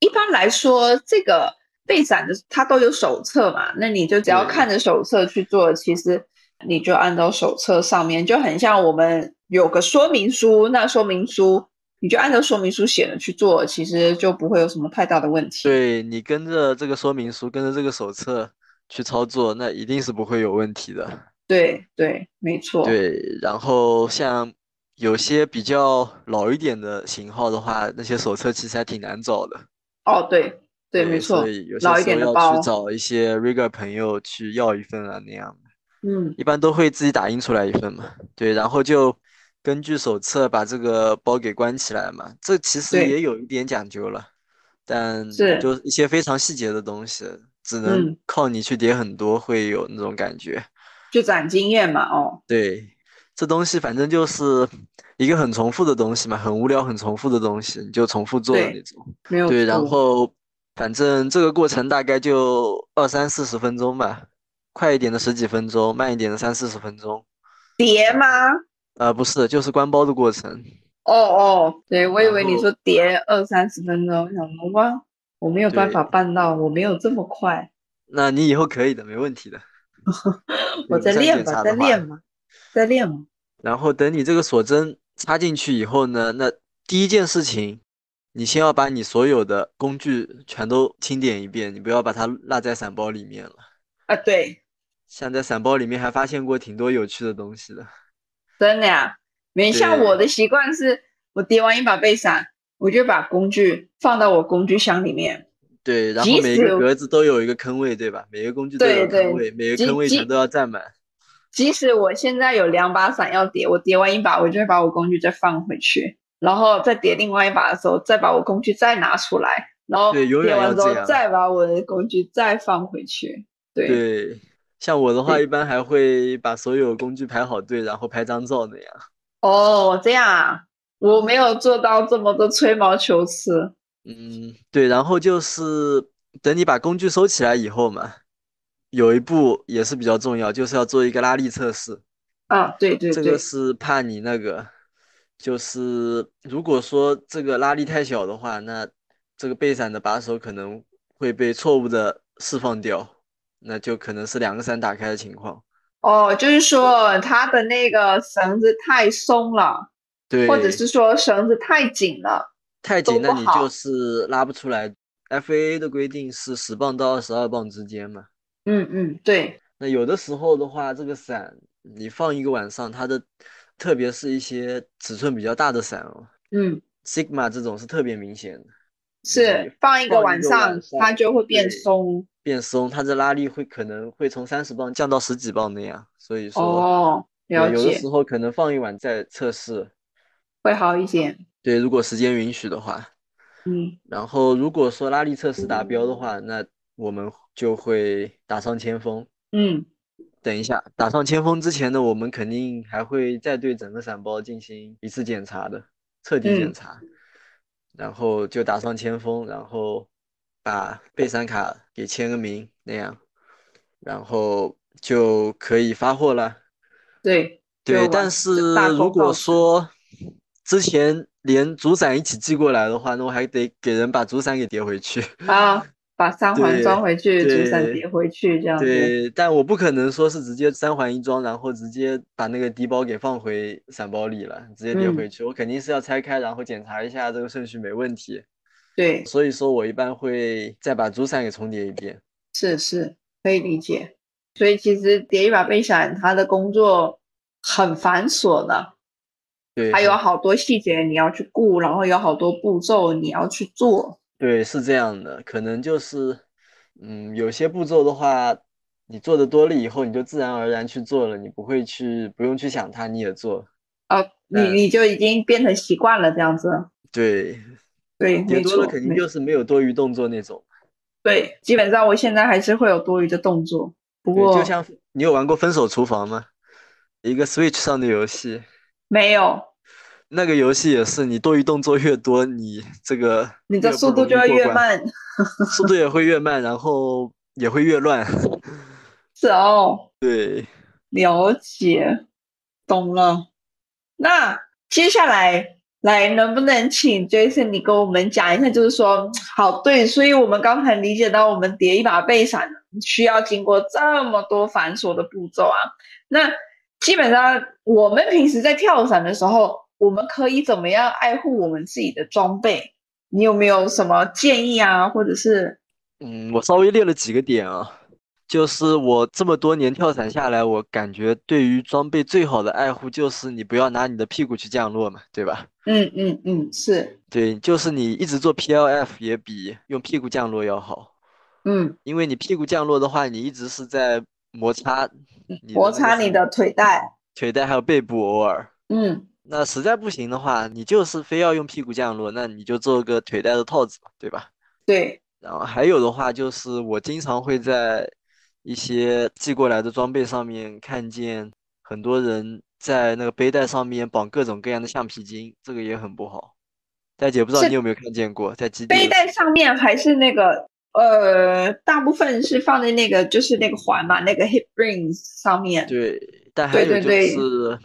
[SPEAKER 3] 一般来说，这个备伞的它都有手册嘛，那你就只要
[SPEAKER 4] 对
[SPEAKER 3] 看着手册去做，其实你就按照手册上面，就很像我们有个说明书，那说明书你就按照说明书写的去做，其实就不会有什么太大的问题。，
[SPEAKER 4] 对你跟着这个说明书，跟着这个手册去操作，那一定是不会有问题的。
[SPEAKER 3] 对，对，没错。，
[SPEAKER 4] 对，然后像有些比较老一点的型号的话，那些手册其实还挺难找的。
[SPEAKER 3] 哦，对，对，没错
[SPEAKER 4] 呃所。以有些
[SPEAKER 3] 老一
[SPEAKER 4] 时
[SPEAKER 3] 点的
[SPEAKER 4] 候要
[SPEAKER 3] 包
[SPEAKER 4] 去找一些 rigger 朋友去要一份啊那样的。
[SPEAKER 3] 嗯，
[SPEAKER 4] 一般都会自己打印出来一份嘛，对，然后就根据手册把这个包给关起来嘛，这其实
[SPEAKER 3] 对
[SPEAKER 4] 也有一点讲究了，但
[SPEAKER 3] 是
[SPEAKER 4] 就一些非常细节的东西，只能
[SPEAKER 3] 嗯
[SPEAKER 4] 靠你去叠很多，会有那种感觉。
[SPEAKER 3] 就攒经验嘛。哦，
[SPEAKER 4] 对，这东西反正就是一个很重复的东西嘛，很无聊、很重复的东西，你就重复做的
[SPEAKER 3] 对
[SPEAKER 4] 那种。
[SPEAKER 3] 没有
[SPEAKER 4] 对，然
[SPEAKER 3] 错
[SPEAKER 4] 后反正这个过程大概就二三四十分钟吧，快一点的十几分钟，慢一点的三四十分钟。
[SPEAKER 3] 叠吗？
[SPEAKER 4] 呃，不是，就是关包的过程。
[SPEAKER 3] 哦哦，对，我以为你
[SPEAKER 4] 然后
[SPEAKER 3] 说叠二三十分钟，我想说哇，我没有办
[SPEAKER 4] 对
[SPEAKER 3] 法办到，我没有这么快，。
[SPEAKER 4] 那你以后可以的，没问题的
[SPEAKER 3] *laughs* 我再
[SPEAKER 4] 有
[SPEAKER 3] 练
[SPEAKER 4] 三
[SPEAKER 3] 吧，
[SPEAKER 4] 检查
[SPEAKER 3] 再
[SPEAKER 4] 的话
[SPEAKER 3] 练嘛，再练嘛。
[SPEAKER 4] 然后等你这个锁针插进去以后呢，那第一件事情，你先要把你所有的工具全都清点一遍，你不要把它落在伞包里面了。
[SPEAKER 3] 啊，对，
[SPEAKER 4] 像在伞包里面还发现过挺多有趣的东西的。
[SPEAKER 3] 真的呀，没像
[SPEAKER 4] 对
[SPEAKER 3] 我的习惯是，我叠完一把被伞，我就把工具放到我工具箱里面。
[SPEAKER 4] 对，然后
[SPEAKER 3] 即
[SPEAKER 4] 每一个
[SPEAKER 3] 使
[SPEAKER 4] 格子都有一个坑位，对吧？每个工具都有
[SPEAKER 3] 对
[SPEAKER 4] 个
[SPEAKER 3] 对
[SPEAKER 4] 坑位，每
[SPEAKER 3] 即
[SPEAKER 4] 个坑位
[SPEAKER 3] 即
[SPEAKER 4] 全都要占满。
[SPEAKER 3] 即使我现在有两把伞要叠，我叠完一把，我就会把我工具再放回去，然后再叠另外一把的时候，再把我工具再拿出来，然后
[SPEAKER 4] 对永
[SPEAKER 3] 叠
[SPEAKER 4] 远
[SPEAKER 3] 完
[SPEAKER 4] 要
[SPEAKER 3] 之
[SPEAKER 4] 这
[SPEAKER 3] 后
[SPEAKER 4] 样
[SPEAKER 3] 再把我的工具再放回去。对，
[SPEAKER 4] 对，像我的话，
[SPEAKER 3] 对
[SPEAKER 4] 一般还会把所有工具排好队，然后拍张照那样。
[SPEAKER 3] 哦，这样啊，我没有做到这么的吹毛求疵。
[SPEAKER 4] 嗯，对，然后就是等你把工具收起来以后嘛，有一步也是比较重要，就是要做一个拉力测试。
[SPEAKER 3] 啊，对对
[SPEAKER 4] 这
[SPEAKER 3] 对
[SPEAKER 4] 个，是怕你那个，就是如果说这个拉力太小的话，那这个被伞的把手可能会被错误的释放掉，那就可能是两个伞打开的情况。
[SPEAKER 3] 哦，就是说它的那个绳子太松了，
[SPEAKER 4] 对，
[SPEAKER 3] 或者是说绳子太紧了。
[SPEAKER 4] 太
[SPEAKER 3] 都
[SPEAKER 4] 紧，那
[SPEAKER 3] 不
[SPEAKER 4] 你
[SPEAKER 3] 好
[SPEAKER 4] 就是拉不出来。FAA 的规定是十磅到二十二磅之间嘛。
[SPEAKER 3] 嗯嗯，对，
[SPEAKER 4] 那有的时候的话，这个伞你放一个晚上，它的特别是一些尺寸比较大的伞哦
[SPEAKER 3] 嗯，
[SPEAKER 4] ，Sigma 这种是特别明显的，
[SPEAKER 3] 是放一个
[SPEAKER 4] 放一
[SPEAKER 3] 晚
[SPEAKER 4] 个晚
[SPEAKER 3] 上它
[SPEAKER 4] 上
[SPEAKER 3] 就会变
[SPEAKER 4] 对
[SPEAKER 3] 松。
[SPEAKER 4] 变松，它的拉力会可能会从三十磅降到十几磅那样。所以说，
[SPEAKER 3] 哦，
[SPEAKER 4] 对
[SPEAKER 3] 了
[SPEAKER 4] 有的
[SPEAKER 3] 解，
[SPEAKER 4] 时候可能放一晚再测试，
[SPEAKER 3] 会好一点。
[SPEAKER 4] 对，如果时间允许的话。
[SPEAKER 3] 嗯，
[SPEAKER 4] 然后如果说拉力测试达标的话，那我们就会打上前锋。
[SPEAKER 3] 嗯，
[SPEAKER 4] 等一下，打上前锋之前呢，我们肯定还会再对整个伞包进行一次检查的，彻底检
[SPEAKER 3] 嗯
[SPEAKER 4] 查，然后就打上前锋，然后把备伞卡给签个名那样，然后就可以发货了。 *laughs*
[SPEAKER 3] 对，就
[SPEAKER 4] 对，
[SPEAKER 3] 完
[SPEAKER 4] 但
[SPEAKER 3] 就是大功
[SPEAKER 4] 如果
[SPEAKER 3] 告成
[SPEAKER 4] 说之前连主伞一起寄过来的话，那我还得给人把主伞给叠回去。
[SPEAKER 3] 啊，把三环
[SPEAKER 4] 对
[SPEAKER 3] 装回去，主伞
[SPEAKER 4] 对
[SPEAKER 3] 叠回去，这样子。
[SPEAKER 4] 对，但我不可能说是直接三环一装，然后直接把那个低包给放回伞包里了，直接叠
[SPEAKER 3] 嗯
[SPEAKER 4] 回去。我肯定是要拆开，然后检查一下这个顺序没问题。
[SPEAKER 3] 对，
[SPEAKER 4] 所以说我一般会再把主伞给重叠一遍。
[SPEAKER 3] 是是，可以理解。所以其实叠一把被伞，他的工作很繁琐的，
[SPEAKER 4] 对，
[SPEAKER 3] 还有好多细节你要去顾，然后有好多步骤你要去做。
[SPEAKER 4] 对，是这样的，可能就是，嗯，有些步骤的话，你做的多了以后，你就自然而然去做了，你不会去不用去想它，你也做。
[SPEAKER 3] 呃，你
[SPEAKER 4] 嗯
[SPEAKER 3] 你就已经变成习惯了这样子。
[SPEAKER 4] 对，
[SPEAKER 3] 对，
[SPEAKER 4] 叠
[SPEAKER 3] 没
[SPEAKER 4] 多了
[SPEAKER 3] 错，
[SPEAKER 4] 肯定
[SPEAKER 3] 没
[SPEAKER 4] 就是没有多余动作那种。
[SPEAKER 3] 对。基本上我现在还是会有多余的动作，不
[SPEAKER 4] 对，
[SPEAKER 3] 过
[SPEAKER 4] 就像你有玩过《分手厨房》吗？一个 Switch 上的游戏，
[SPEAKER 3] 没有，
[SPEAKER 4] 那个游戏也是你多余动作越多，你这个
[SPEAKER 3] 你的
[SPEAKER 4] 越不
[SPEAKER 3] 速度
[SPEAKER 4] 容易
[SPEAKER 3] 就会
[SPEAKER 4] 过
[SPEAKER 3] 越
[SPEAKER 4] 关，
[SPEAKER 3] 慢。
[SPEAKER 4] 速度也会越慢，然后也会越乱。
[SPEAKER 3] 是哦，
[SPEAKER 4] 对，
[SPEAKER 3] 了解，懂了。那接下来来，能不能请 Jason 你跟我们讲一下，就是说，好，对，所以我们刚才理解到，我们叠一把被伞需要经过这么多繁琐的步骤啊。那基本上我们平时在跳伞的时候，我们可以怎么样爱护我们自己的装备？你有没有什么建议啊？或者是，
[SPEAKER 4] 嗯，我稍微列了几个点啊，就是我这么多年跳伞下来，我感觉对于装备最好的爱护就是你不要拿你的屁股去降落嘛，对吧？
[SPEAKER 3] 嗯嗯嗯，是，
[SPEAKER 4] 对，就是你一直做 PLF 也比用屁股降落要好。
[SPEAKER 3] 嗯，
[SPEAKER 4] 因为你屁股降落的话，你一直是在摩擦你
[SPEAKER 3] 嗯摩
[SPEAKER 4] 那个
[SPEAKER 3] 擦
[SPEAKER 4] 什
[SPEAKER 3] 你
[SPEAKER 4] 么
[SPEAKER 3] 的腿带，
[SPEAKER 4] 腿带还有背部，偶尔。
[SPEAKER 3] 嗯。
[SPEAKER 4] 那实在不行的话，你就是非要用屁股降落，那你就做个腿带的套子嘛，对吧？
[SPEAKER 3] 对，
[SPEAKER 4] 然后还有的话就是，我经常会在一些寄过来的装备上面看见很多人在那个背带上面绑各种各样的橡皮筋，这个也很不好。戴姐不知道
[SPEAKER 3] 是
[SPEAKER 4] 你有没有看见过，在基地
[SPEAKER 3] 背
[SPEAKER 4] 的
[SPEAKER 3] 带上面还是那个呃，大部分是放在那个就是那个环嘛，那个 hip ring 上面。
[SPEAKER 4] 对，但
[SPEAKER 3] 对
[SPEAKER 4] 还有
[SPEAKER 3] 对
[SPEAKER 4] 就
[SPEAKER 3] 对
[SPEAKER 4] 是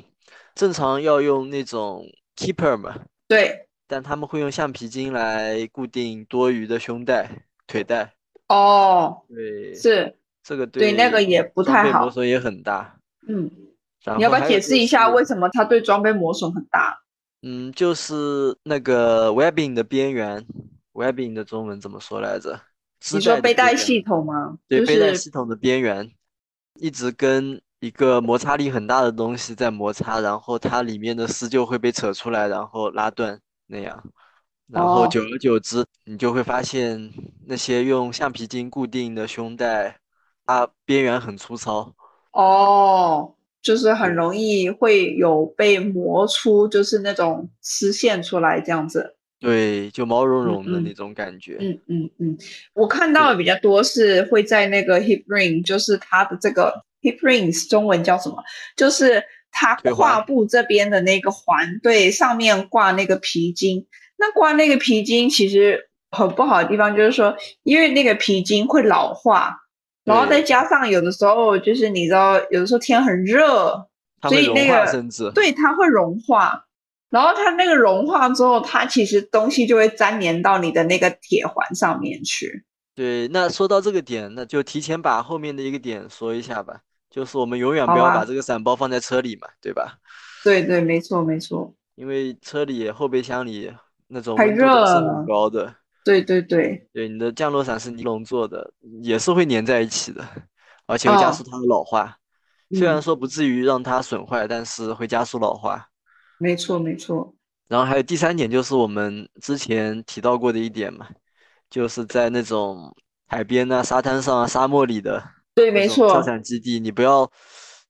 [SPEAKER 4] 正常要用那种 keeper 嘛，
[SPEAKER 3] 对
[SPEAKER 4] 但他们会用橡皮筋来固定多余的胸带、腿带。
[SPEAKER 3] 哦，
[SPEAKER 4] 对，
[SPEAKER 3] 是
[SPEAKER 4] 这个
[SPEAKER 3] 对那个也不
[SPEAKER 4] 装
[SPEAKER 3] 太
[SPEAKER 4] 备
[SPEAKER 3] 好
[SPEAKER 4] 磨损也很大。
[SPEAKER 3] 嗯，
[SPEAKER 4] 然
[SPEAKER 3] 你要
[SPEAKER 4] 后
[SPEAKER 3] 不要
[SPEAKER 4] 还有
[SPEAKER 3] 解
[SPEAKER 4] 就
[SPEAKER 3] 释一下
[SPEAKER 4] 是
[SPEAKER 3] 为什么它对装备磨损很大？
[SPEAKER 4] 嗯，就是那个 webbing 的边缘，webbing 的中文怎么说来着？织
[SPEAKER 3] 你说
[SPEAKER 4] 的
[SPEAKER 3] 背
[SPEAKER 4] 边
[SPEAKER 3] 带
[SPEAKER 4] 缘
[SPEAKER 3] 系统吗？
[SPEAKER 4] 对，
[SPEAKER 3] 就
[SPEAKER 4] 背带
[SPEAKER 3] 是
[SPEAKER 4] 系统的边缘一直跟一个摩擦力很大的东西在摩擦，然后它里面的丝就会被扯出来，然后拉断那样。然后
[SPEAKER 3] 哦
[SPEAKER 4] 久而久之，你就会发现那些用橡皮筋固定的胸带，它边缘很粗糙。
[SPEAKER 3] 哦，就是很
[SPEAKER 4] 对
[SPEAKER 3] 容易会有被磨出，就是那种丝线出来这样子。
[SPEAKER 4] 对，就毛
[SPEAKER 3] 嗯
[SPEAKER 4] 茸茸的
[SPEAKER 3] 嗯
[SPEAKER 4] 那种感觉。
[SPEAKER 3] 嗯嗯嗯，我看到的比较多是会在那个 hip ring，就是它的这个 hip rings 中文叫什么？就是它
[SPEAKER 4] 腿
[SPEAKER 3] 胯
[SPEAKER 4] 环
[SPEAKER 3] 部这边的那个环，对，上面挂那个皮筋。那挂那个皮筋其实很不好的地方就是说，因为那个皮筋会老化，然后
[SPEAKER 4] 对
[SPEAKER 3] 再加上有的时候就是你知道，有的时候天很热，
[SPEAKER 4] 它
[SPEAKER 3] 所
[SPEAKER 4] 会
[SPEAKER 3] 以
[SPEAKER 4] 融
[SPEAKER 3] 那
[SPEAKER 4] 化，
[SPEAKER 3] 个
[SPEAKER 4] 甚至
[SPEAKER 3] 对，它会融化。然后它那个融化之后，它其实东西就会粘连到你的那个铁环上面去。
[SPEAKER 4] 对。那说到这个点，那就提前把后面的一个点说一下吧，就是我们永远
[SPEAKER 3] 好
[SPEAKER 4] 不要
[SPEAKER 3] 啊
[SPEAKER 4] 把这个伞包放在车里嘛，对吧？
[SPEAKER 3] 对对，没错没错，
[SPEAKER 4] 因为车里后备箱里那种
[SPEAKER 3] 太
[SPEAKER 4] 温度都是
[SPEAKER 3] 热了
[SPEAKER 4] 很高的，
[SPEAKER 3] 对对对，
[SPEAKER 4] 对，你的降落伞是尼龙做的，也是会粘在一起的，而且会加
[SPEAKER 3] 哦
[SPEAKER 4] 速它的老化。虽然
[SPEAKER 3] 嗯
[SPEAKER 4] 说不至于让它损坏，但是会加速老化。
[SPEAKER 3] 没错没错。
[SPEAKER 4] 然后还有第三点，就是我们之前提到过的一点嘛，就是在那种海边呐、沙滩上啊、沙漠里的
[SPEAKER 3] 对，
[SPEAKER 4] 那
[SPEAKER 3] 没
[SPEAKER 4] 种跳
[SPEAKER 3] 错，
[SPEAKER 4] 伞基地，你不要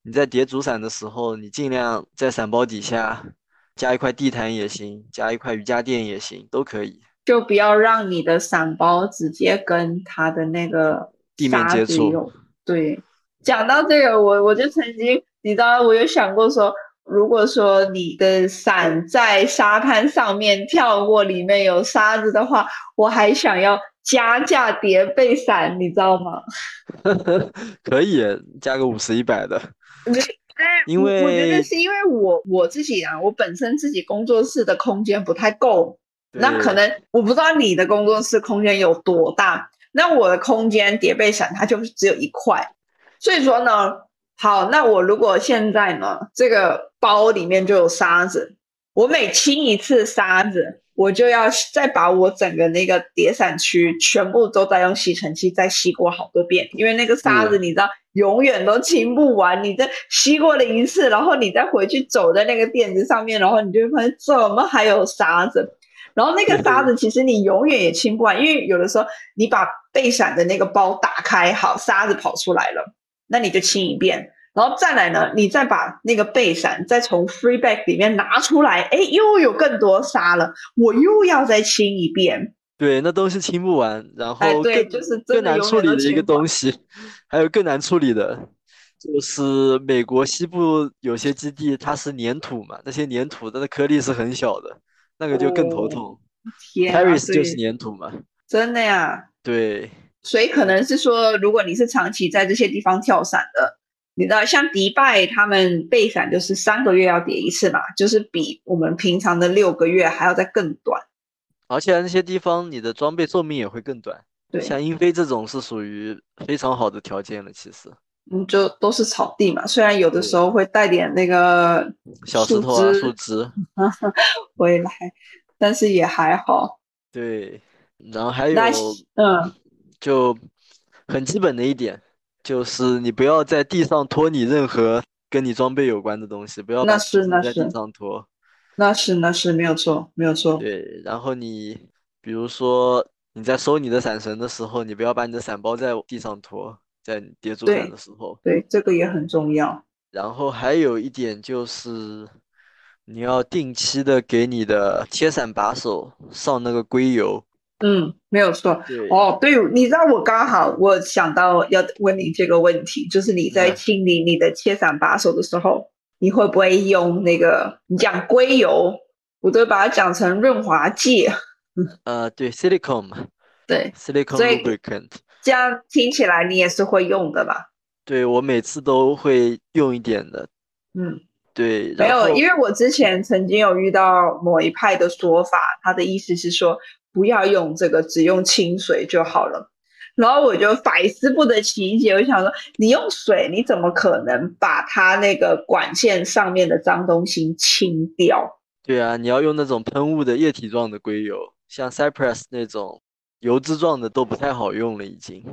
[SPEAKER 4] 你在叠主伞的时候，你尽量在伞包底下加一块地毯也行，加一块瑜伽垫也行，都可以。
[SPEAKER 3] 就不要让你的伞包直接跟它的那个
[SPEAKER 4] 地面
[SPEAKER 3] 沙
[SPEAKER 4] 接
[SPEAKER 3] 子
[SPEAKER 4] 触
[SPEAKER 3] 有。对，讲到这个，我我就曾经，你知道，我有想过说，如果说你的伞在沙滩上面跳过，里面有沙子的话，我还想要加价叠被伞，你知道吗？
[SPEAKER 4] 可以加个五十一
[SPEAKER 3] *laughs*
[SPEAKER 4] 百的，因
[SPEAKER 3] 哎我我觉得
[SPEAKER 4] 为
[SPEAKER 3] 是因为我我自己啊，我本身自己工作室的空间不太够，那可
[SPEAKER 4] 对
[SPEAKER 3] 能我不知道你的工作室空间有多大，那我的空间叠被伞它就是只有一块，所以说呢，好，那我如果现在呢，这个包里面就有沙子，我每清一次沙子，我就要再把我整个那个叠伞区全部都再用吸尘器再吸过好多遍，因为那个沙子你知道永远都清不完，你这吸过了一次，然后你再回去走在那个垫子上面，然后你就会发现怎么还有沙子。然后那个沙子其实你永远也清不完，因为有的时候你把被伞的那个包打开，好，沙子跑出来了，那你就清一遍，然后再来呢，你再把那个被伞再从 free bag 里面拿出来，哎，又有更多沙了，我又要再清一遍。
[SPEAKER 4] 对，那东西清不完，然
[SPEAKER 3] 哎
[SPEAKER 4] 后
[SPEAKER 3] 对
[SPEAKER 4] 更
[SPEAKER 3] 就是真
[SPEAKER 4] 更
[SPEAKER 3] 的
[SPEAKER 4] 难
[SPEAKER 3] 永
[SPEAKER 4] 处
[SPEAKER 3] 远
[SPEAKER 4] 理
[SPEAKER 3] 都
[SPEAKER 4] 的一个
[SPEAKER 3] 清不完
[SPEAKER 4] 东西，还有更难处理的，就是美国西部有些基地它是粘土嘛，那些粘土它的颗粒是很小的，那个就更头
[SPEAKER 3] 哦
[SPEAKER 4] 痛。
[SPEAKER 3] 天啊，
[SPEAKER 4] Paris 就是
[SPEAKER 3] 对，
[SPEAKER 4] 粘土嘛，
[SPEAKER 3] 真的呀。
[SPEAKER 4] 对，
[SPEAKER 3] 所以可能是说，如果你是长期在这些地方跳伞的，你知道像迪拜他们备伞就是三个月要叠一次嘛，就是比我们平常的六个月还要再更短。
[SPEAKER 4] 而且那些地方你的装备寿命也会更短。
[SPEAKER 3] 对，
[SPEAKER 4] 像英飞这种是属于非常好的条件了，其实
[SPEAKER 3] 嗯，就都是草地嘛，虽然有的
[SPEAKER 4] 对
[SPEAKER 3] 时候会带点那个
[SPEAKER 4] 小石
[SPEAKER 3] 树
[SPEAKER 4] 头啊、树
[SPEAKER 3] 枝
[SPEAKER 4] 枝，
[SPEAKER 3] 回来，但是也还好。
[SPEAKER 4] 对，然后还
[SPEAKER 3] 那
[SPEAKER 4] 有
[SPEAKER 3] 嗯，
[SPEAKER 4] 就很基本的一点，就是你不要在地上拖你任何跟你装备有关的东西，不要
[SPEAKER 3] 那
[SPEAKER 4] 把
[SPEAKER 3] 是
[SPEAKER 4] 裤子
[SPEAKER 3] 那
[SPEAKER 4] 在
[SPEAKER 3] 是
[SPEAKER 4] 地上拖。
[SPEAKER 3] 那是那是没有错，没有错。
[SPEAKER 4] 对，然后你比如说你在收你的伞绳的时候，你不要把你的伞包在地上拖，在你叠主伞
[SPEAKER 3] 对
[SPEAKER 4] 的时候。
[SPEAKER 3] 对，这个也很重要。
[SPEAKER 4] 然后还有一点就是，你要定期的给你的贴伞把手上那个硅油。
[SPEAKER 3] 嗯，没有错。
[SPEAKER 4] 对，
[SPEAKER 3] 哦，对，你知道我刚好我想到要问你这个问题，就是你在
[SPEAKER 4] 嗯
[SPEAKER 3] 清理你的切伞把手的时候，你会不会用那个你讲硅油，我都把它讲成润滑剂。
[SPEAKER 4] 呃，对，silicone 嘛
[SPEAKER 3] 对，
[SPEAKER 4] ，silicone
[SPEAKER 3] 所以
[SPEAKER 4] lubricant。
[SPEAKER 3] 这样听起来你也是会用的吧？
[SPEAKER 4] 对，我每次都会用一点的。
[SPEAKER 3] 嗯，
[SPEAKER 4] 对，
[SPEAKER 3] 没
[SPEAKER 4] 然后
[SPEAKER 3] 有，因为我之前曾经有遇到某一派的说法，他的意思是说不要用这个，只用清水就好了。然后我就百思不得其解，我想说，你用水你怎么可能把它那个管线上面的脏东西清掉？
[SPEAKER 4] 对啊，你要用那种喷雾的液体状的硅油，像 Cypress 那种油脂状的都不太好用了，已经。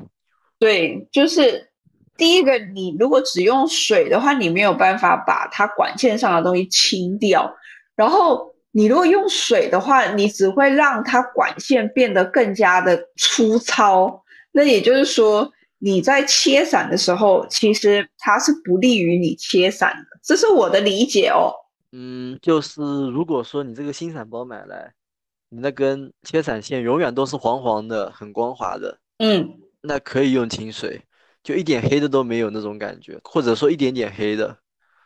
[SPEAKER 3] 对，就是第一个，你如果只用水的话，你没有办法把它管线上的东西清掉。然后你如果用水的话，你只会让它管线变得更加的粗糙。那也就是说，你在切伞的时候，其实它是不利于你切伞的，这是我的理解哦。
[SPEAKER 4] 嗯，就是如果说你这个新伞包买来，你那根切伞线永远都是黄黄的，很光滑的，
[SPEAKER 3] 嗯，
[SPEAKER 4] 那可以用清水，就一点黑的都没有那种感觉，或者说一点点黑的，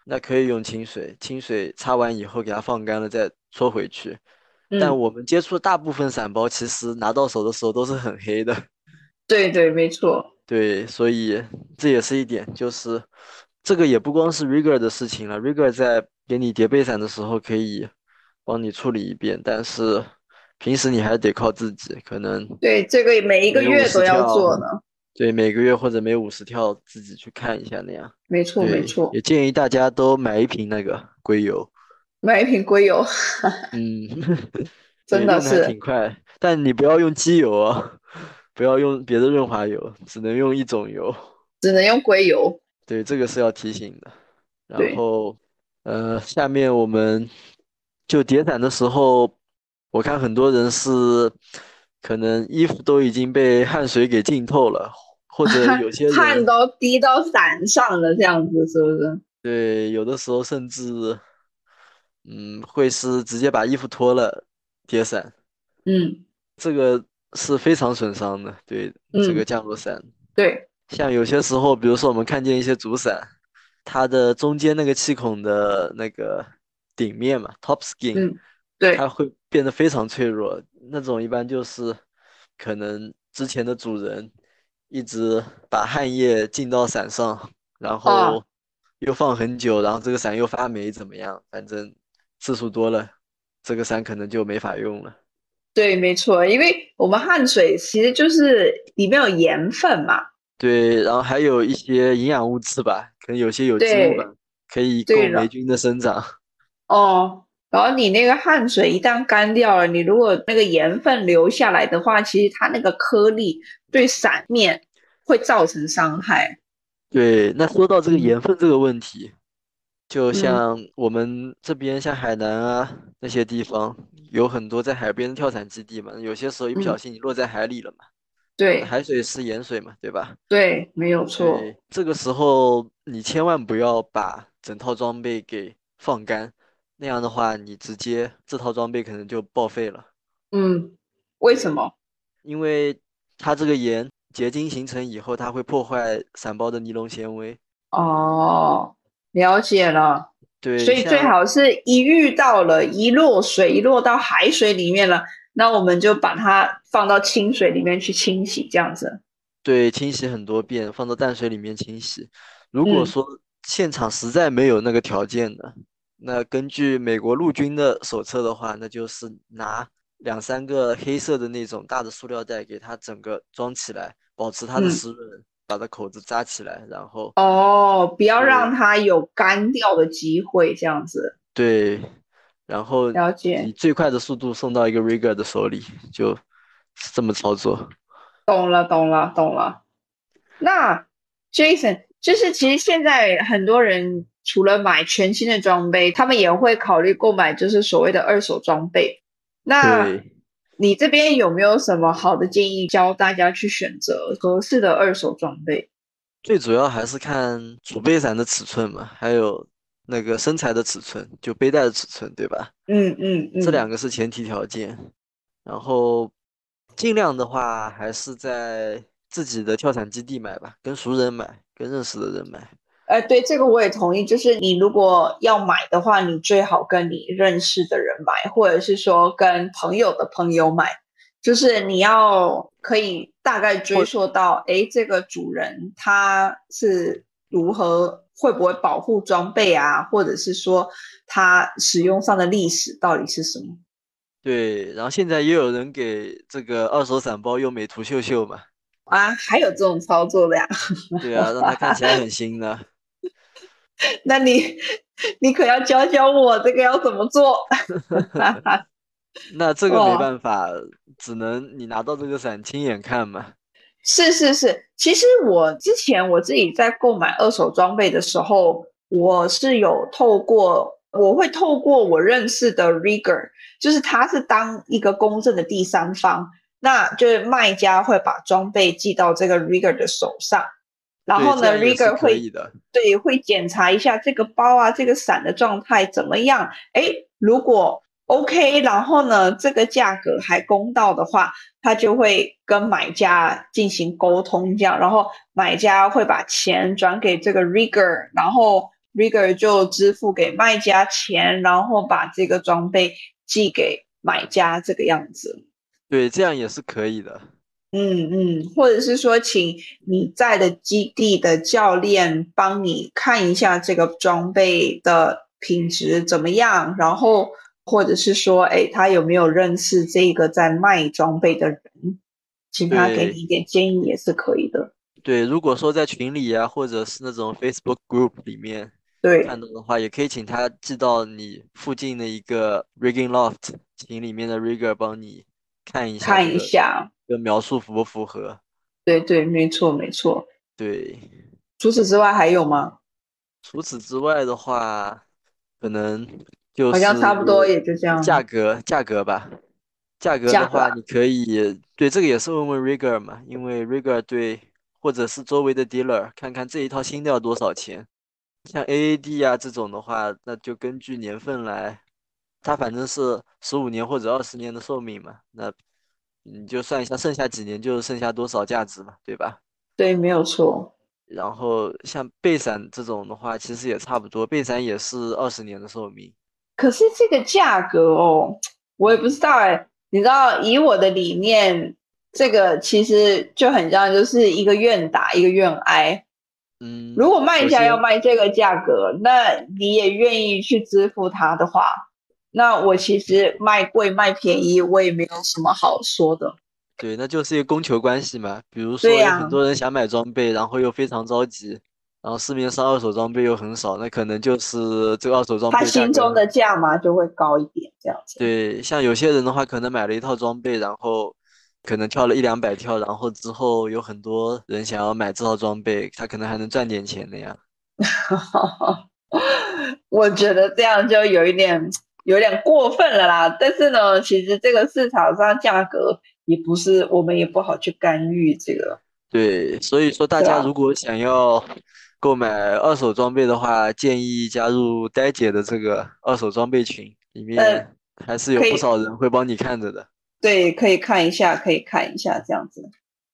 [SPEAKER 4] 那可以用清水。清水擦完以后给它放干了再搓回去。但
[SPEAKER 3] 嗯
[SPEAKER 4] 我们接触的大部分伞包其实拿到手的时候都是很黑的。
[SPEAKER 3] 对对，没错。
[SPEAKER 4] 对，所以这也是一点，就是这个也不光是 Rigor 的事情了，Rigor 在给你叠被伞的时候可以帮你处理一遍，但是平时你还得靠自己，可能
[SPEAKER 3] 对，这个每一个
[SPEAKER 4] 没有啊
[SPEAKER 3] 月
[SPEAKER 4] 50
[SPEAKER 3] 都要
[SPEAKER 4] 条
[SPEAKER 3] 做呢。
[SPEAKER 4] 对每个月或者每五十跳自己去看一下那样。
[SPEAKER 3] 没错，没
[SPEAKER 4] 对
[SPEAKER 3] 错，
[SPEAKER 4] 也建议大家都买一瓶那个硅油，
[SPEAKER 3] 买一瓶硅油，
[SPEAKER 4] 嗯， *laughs*
[SPEAKER 3] 真
[SPEAKER 4] 对
[SPEAKER 3] 的
[SPEAKER 4] 用还
[SPEAKER 3] 是
[SPEAKER 4] 挺快，但你不要用机油啊， *laughs* 不要用别的润滑油，只能用一种油。
[SPEAKER 3] 只能用硅油。
[SPEAKER 4] 对，这个是要提醒的。然
[SPEAKER 3] 对
[SPEAKER 4] 后，呃，下面我们就叠伞的时候，我看很多人是可能衣服都已经被汗水给浸透了，或者有些
[SPEAKER 3] 汗
[SPEAKER 4] 人
[SPEAKER 3] 都滴到伞上了，这样子是不是？
[SPEAKER 4] 对，有的时候甚至，嗯，会是直接把衣服脱了叠伞，
[SPEAKER 3] 嗯，
[SPEAKER 4] 这个是非常损伤的。对，这个
[SPEAKER 3] 嗯
[SPEAKER 4] 降落伞。
[SPEAKER 3] 对，
[SPEAKER 4] 像有些时候，比如说我们看见一些主伞，它的中间那个气孔的那个顶面嘛，top skin，
[SPEAKER 3] 嗯，对，
[SPEAKER 4] 它会变得非常脆弱。那种一般就是可能之前的主人一直把汗液浸到伞上，
[SPEAKER 3] 啊
[SPEAKER 4] 然后又放很久，然后这个伞又发霉，怎么样？反正次数多了，这个伞可能就没法用了。
[SPEAKER 3] 对，没错，因为我们汗水其实就是里面有盐分嘛，
[SPEAKER 4] 对，然后还有一些营养物质吧，可能有些有机物
[SPEAKER 3] 对
[SPEAKER 4] 吧，可以
[SPEAKER 3] 对
[SPEAKER 4] 供
[SPEAKER 3] 了
[SPEAKER 4] 霉菌的生长。
[SPEAKER 3] 哦，然后你那个汗水一旦干掉了，你如果那个盐分留下来的话，其实它那个颗粒对伞面会造成伤害。
[SPEAKER 4] 对，那说到这个
[SPEAKER 3] 嗯
[SPEAKER 4] 盐分这个问题，就
[SPEAKER 3] 嗯
[SPEAKER 4] 像我们这边像海南啊那些地方，有很多在海边的跳伞基地嘛，有些时候一不小
[SPEAKER 3] 嗯
[SPEAKER 4] 心你落在海里了嘛，
[SPEAKER 3] 对
[SPEAKER 4] 海水是盐水嘛，对吧？
[SPEAKER 3] 对，没有错。
[SPEAKER 4] 对，这个时候你千万不要把整套装备给放干，那样的话你直接这套装备可能就报废了。
[SPEAKER 3] 嗯，为什么？
[SPEAKER 4] 因为它这个盐结晶形成以后，它会破坏伞包的尼龙纤维。
[SPEAKER 3] 哦，了解了。
[SPEAKER 4] 对，
[SPEAKER 3] 所以最
[SPEAKER 4] 像
[SPEAKER 3] 好是一遇到了，一落水，一落到海水里面了，那我们就把它放到清水里面去清洗，这样子。
[SPEAKER 4] 对清洗很多遍，放到淡水里面清洗。如果
[SPEAKER 3] 嗯
[SPEAKER 4] 说现场实在没有那个条件的，那根据美国陆军的手册的话，那就是拿两三个黑色的那种大的塑料袋给它整个装起来，保持它的
[SPEAKER 3] 嗯
[SPEAKER 4] 湿润，把它口子扎起来，然后
[SPEAKER 3] 哦，不要
[SPEAKER 4] 对
[SPEAKER 3] 让它有干掉的机会，这样子。
[SPEAKER 4] 对，然后
[SPEAKER 3] 了解
[SPEAKER 4] 以最快的速度送到一个 rigger 的手里，就是这么操作。
[SPEAKER 3] 懂了，懂了，懂了。那 Jason，就是其实现在很多人除了买全新的装备，他们也会考虑购买就是所谓的二手装备。那
[SPEAKER 4] 对。
[SPEAKER 3] 你这边有没有什么好的建议，教大家去选择合适的二手装备？
[SPEAKER 4] 最主要还是看储备伞的尺寸嘛，还有那个身材的尺寸，就背带的尺寸，对吧？
[SPEAKER 3] 嗯嗯嗯，
[SPEAKER 4] 这两个是前提条件。然后尽量的话，还是在自己的跳伞基地买吧，跟熟人买，跟认识的人买。
[SPEAKER 3] 呃，对，这个我也同意。就是你如果要买的话，你最好跟你认识的人买，或者是说跟朋友的朋友买。就是你要可以大概追溯到，诶，这个主人他是如何会不会保护装备啊，或者是说它使用上的历史到底是什么？
[SPEAKER 4] 对，然后现在也有人给这个二手伞包用美图秀
[SPEAKER 3] *laughs*
[SPEAKER 4] 秀嘛，
[SPEAKER 3] 啊，还有这种操作的呀？ *laughs*
[SPEAKER 4] 对啊，让它看起来很新的。
[SPEAKER 3] 那你 *laughs* 你可要教教我这个要怎么做？
[SPEAKER 4] 那这个没
[SPEAKER 3] 哇
[SPEAKER 4] 办法，只能你拿到这个伞亲眼看嘛。
[SPEAKER 3] 是是是，其实我之前我自己在购买二手装备的时候，我是有透过，我会透过我认识的 rigger，就是他是当一个公正的第三方，那就是卖家会把装备寄到这个 rigger 的手上，然
[SPEAKER 4] 对
[SPEAKER 3] 后
[SPEAKER 4] 这
[SPEAKER 3] 呢
[SPEAKER 4] 样也是
[SPEAKER 3] ，rigger
[SPEAKER 4] 可
[SPEAKER 3] 会
[SPEAKER 4] 以的。
[SPEAKER 3] 对，会检查一下这个包啊，这个伞的状态怎么样？哎，如果 OK，然后呢，这个价格还公道的话，他就会跟买家进行沟通，这样，然后买家会把钱转给这个 rigger，然后 rigger 就支付给卖家钱，然后把这个装备寄给买家，这个样子。
[SPEAKER 4] 对，这样也是可以的。
[SPEAKER 3] 嗯嗯，或者是说，请你在的基地的教练帮你看一下这个装备的品质怎么样，然后或者是说，哎，他有没有认识这个在卖装备的人，请他给
[SPEAKER 4] 对
[SPEAKER 3] 你一点建议也是可以的。
[SPEAKER 4] 对，如果说在群里啊，或者是那种 Facebook group 里面
[SPEAKER 3] 对，
[SPEAKER 4] 看到的话，也可以请他寄到你附近的一个 rigging loft，请里面的 rigger 帮你看一下
[SPEAKER 3] 看
[SPEAKER 4] 这
[SPEAKER 3] 一
[SPEAKER 4] 个
[SPEAKER 3] 下，
[SPEAKER 4] 这个描述符不符合。
[SPEAKER 3] 对对，没错没错。
[SPEAKER 4] 对，
[SPEAKER 3] 除此之外还有吗？
[SPEAKER 4] 除此之外的话，可能就
[SPEAKER 3] 好像差不多
[SPEAKER 4] 是
[SPEAKER 3] 也就这样。
[SPEAKER 4] 价格价格吧，价格
[SPEAKER 3] 价
[SPEAKER 4] 的
[SPEAKER 3] 格
[SPEAKER 4] 话，
[SPEAKER 3] 啊
[SPEAKER 4] 你可以对这个也是问问 rigger 嘛，因为 rigger 对或者是周围的 dealer 看看这一套新的要多少钱。像 AAD 啊这种的话，那就根据年份来，它反正是十五年或者二十年的寿命嘛，那你就算一下剩下几年就剩下多少价值嘛，对吧？
[SPEAKER 3] 对，没有错。
[SPEAKER 4] 然后像贝伞这种的话，其实也差不多，贝伞也是二十年的寿命。
[SPEAKER 3] 可是这个价格哦，我也不知道哎。你知道，以我的理念，这个其实就很像就是一个愿打一个愿挨。
[SPEAKER 4] 嗯，
[SPEAKER 3] 如果卖
[SPEAKER 4] 首
[SPEAKER 3] 家要
[SPEAKER 4] 先
[SPEAKER 3] 卖这个价格，那你也愿意去支付他的话，那我其实卖贵卖便宜，我也没有什么好说的。
[SPEAKER 4] 对，那就是一个供求关系嘛。比如说，
[SPEAKER 3] 对
[SPEAKER 4] 有
[SPEAKER 3] 呀
[SPEAKER 4] 很多人想买装备，然后又非常着急，然后市面上二手装备又很少，那可能就是这个二手装
[SPEAKER 3] 他
[SPEAKER 4] 备价
[SPEAKER 3] 心
[SPEAKER 4] 格
[SPEAKER 3] 中的
[SPEAKER 4] 很
[SPEAKER 3] 价码就会高一点，这样子。
[SPEAKER 4] 对，像有些人的话，可能买了一套装备，然后可能跳了一两百跳，然后之后有很多人想要买这套装备，他可能还能赚点钱那样。
[SPEAKER 3] *laughs* 我觉得这样就有一点有点过分了啦。但是呢，其实这个市场上价格也不是我们也不好去干预这个。
[SPEAKER 4] 对，所以说大
[SPEAKER 3] 对
[SPEAKER 4] 家
[SPEAKER 3] 啊
[SPEAKER 4] 如果想要购买二手装备的话，建议加入呆姐的这个二手装备群，里面还是有
[SPEAKER 3] 呃可
[SPEAKER 4] 不
[SPEAKER 3] 以
[SPEAKER 4] 少人会帮你看着的。
[SPEAKER 3] 对，可以看一下，可以看一下这样子，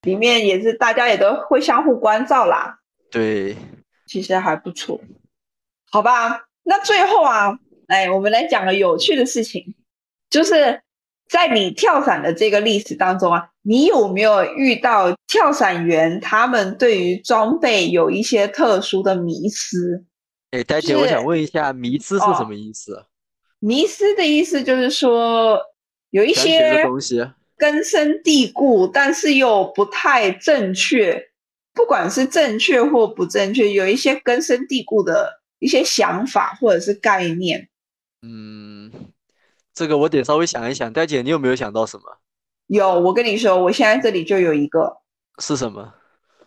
[SPEAKER 3] 里面也是大家也都会相互关照啦，
[SPEAKER 4] 对，
[SPEAKER 3] 其实还不错，好吧？那最后啊，哎，我们来讲个有趣的事情，就是在你跳伞的这个历史当中啊，你有没有遇到跳伞员他们对于装备有一些特殊的迷思？
[SPEAKER 4] 哎，呆姐，我想
[SPEAKER 3] 是
[SPEAKER 4] 问一下，迷思是什
[SPEAKER 3] 哦
[SPEAKER 4] 么意思？啊
[SPEAKER 3] 迷思的意思就是说，有一
[SPEAKER 4] 想学的
[SPEAKER 3] 些
[SPEAKER 4] 东西，
[SPEAKER 3] 根深蒂固，但是又不太正确，不管是正确或不正确，有一些根深蒂固的一些想法或者是概念。
[SPEAKER 4] 嗯，这个我得稍微想一想。呆姐，你有没有想到什么？
[SPEAKER 3] 有，我跟你说，我现在这里就有一个，
[SPEAKER 4] 是什么？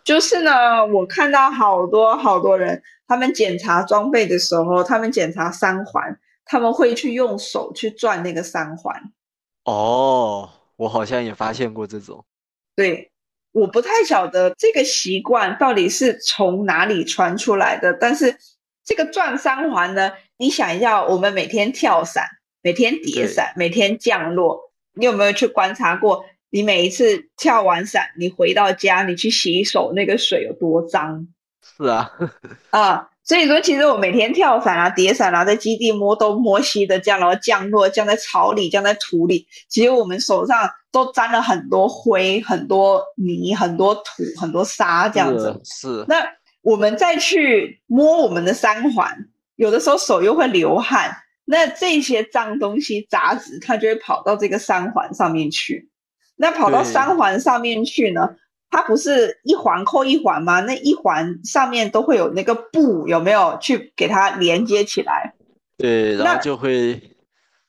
[SPEAKER 3] 就是呢，我看到好多好多人，他们检查装备的时候，他们检查三环，他们会去用手去转那个三环。
[SPEAKER 4] 哦，我好像也发现过这种。
[SPEAKER 3] 对，我不太晓得这个习惯到底是从哪里传出来的，但是这个转三环呢，你想一下，我们每天跳伞，每天叠
[SPEAKER 4] 对
[SPEAKER 3] 伞，每天降落，你有没有去观察过？你每一次跳完伞，你回到家，你去洗手，那个水有多脏
[SPEAKER 4] 是啊，
[SPEAKER 3] 啊？所以说，其实我每天跳伞啊、叠伞啊，在基地摸东摸西的这样，然后降落，降在草里，降在土里，其实我们手上都沾了
[SPEAKER 4] 啊
[SPEAKER 3] 很多灰、很多泥、很多土、很多沙这样子。
[SPEAKER 4] *laughs* 是是，
[SPEAKER 3] 那我们再去摸我们的三环，有的时候手又会流汗，那这些脏东西、杂质，它就会跑到这个三环上面去。那跑到
[SPEAKER 4] 对
[SPEAKER 3] 三环上面去呢，它不是一环扣一环吗？那一环上面都会有那个布，有没有去给它连接起来？
[SPEAKER 4] 对，然
[SPEAKER 3] 那
[SPEAKER 4] 后就会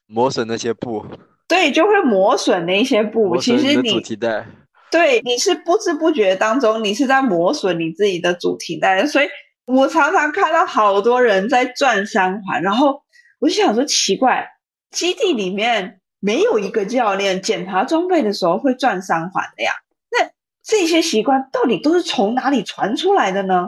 [SPEAKER 4] 磨损那些布，
[SPEAKER 3] 对，就会磨损那些布。
[SPEAKER 4] 磨
[SPEAKER 3] 其
[SPEAKER 4] 损
[SPEAKER 3] 实
[SPEAKER 4] 的
[SPEAKER 3] 你
[SPEAKER 4] 主题带。
[SPEAKER 3] 对，你是不知不觉当中，你是在磨损你自己的主题带，所以我常常看到好多人在转三环，然后我就想说奇怪，基地里面没有一个教练检查装备的时候会转三环的呀，那这些习惯到底都是从哪里传出来的呢？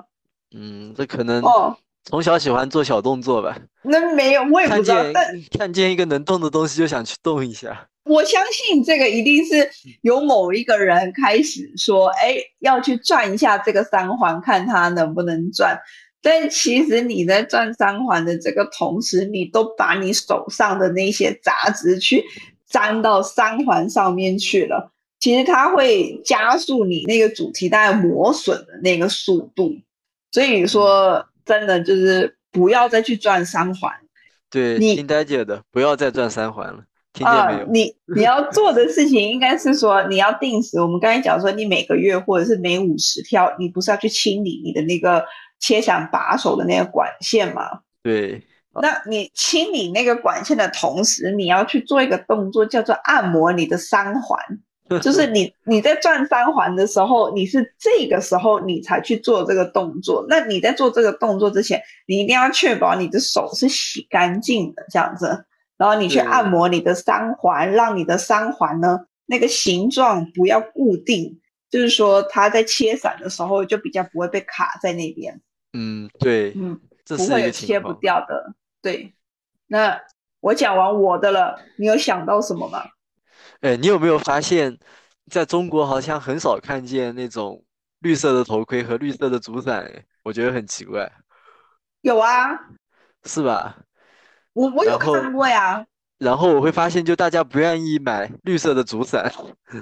[SPEAKER 4] 嗯，这可能
[SPEAKER 3] 哦，
[SPEAKER 4] 从小喜欢做小动作吧，
[SPEAKER 3] 那没有，
[SPEAKER 4] *laughs*
[SPEAKER 3] 我也不
[SPEAKER 4] 看
[SPEAKER 3] 知道，
[SPEAKER 4] 见
[SPEAKER 3] 但
[SPEAKER 4] 看见一个能动的东西就想去动一下。
[SPEAKER 3] 我相信这个一定是有某一个人开始说，哎，要去转一下这个三环，看他能不能转。但其实你在转三环的这个同时，你都把你手上的那些杂质去粘到三环上面去了，其实它会加速你那个主题带磨损的那个速度。所以说，真的就是不要再去转三环。
[SPEAKER 4] 对，
[SPEAKER 3] 你
[SPEAKER 4] 听呆姐的，不要再转三环了，听见
[SPEAKER 3] 啊，
[SPEAKER 4] 没有？
[SPEAKER 3] 你你要做的事情应该是说，你要定时。我们刚才讲说，你每个月或者是每五十跳，你不是要去清理你的那个切响把手的那个管线吗？
[SPEAKER 4] 对，
[SPEAKER 3] 那你清理那个管线的同时，你要去做一个动作，叫做按摩你的三环。就是你你在转三环的时候，你是这个时候你才去做这个动作。那你在做这个动作之前，你一定要确保你的手是洗干净的，这样子。然后你去
[SPEAKER 4] 对
[SPEAKER 3] 按摩你的三环，让你的三环呢那个形状不要固定，就是说它在切散的时候就比较不会被卡在那边。
[SPEAKER 4] 嗯，对，
[SPEAKER 3] 嗯，
[SPEAKER 4] 这
[SPEAKER 3] 不
[SPEAKER 4] 是一
[SPEAKER 3] 会有
[SPEAKER 4] 个情
[SPEAKER 3] 切不
[SPEAKER 4] 况。
[SPEAKER 3] 掉的。对，那我讲完我的了，你有想到什么吗？
[SPEAKER 4] 哎，你有没有发现，在中国好像很少看见那种绿色的头盔和绿色的主伞？哎我觉得很奇怪，
[SPEAKER 3] 有啊，
[SPEAKER 4] 是吧？
[SPEAKER 3] 我我有
[SPEAKER 4] 然后
[SPEAKER 3] 看过呀，
[SPEAKER 4] 然后我会发现，就大家不愿意买绿色的主伞， *laughs*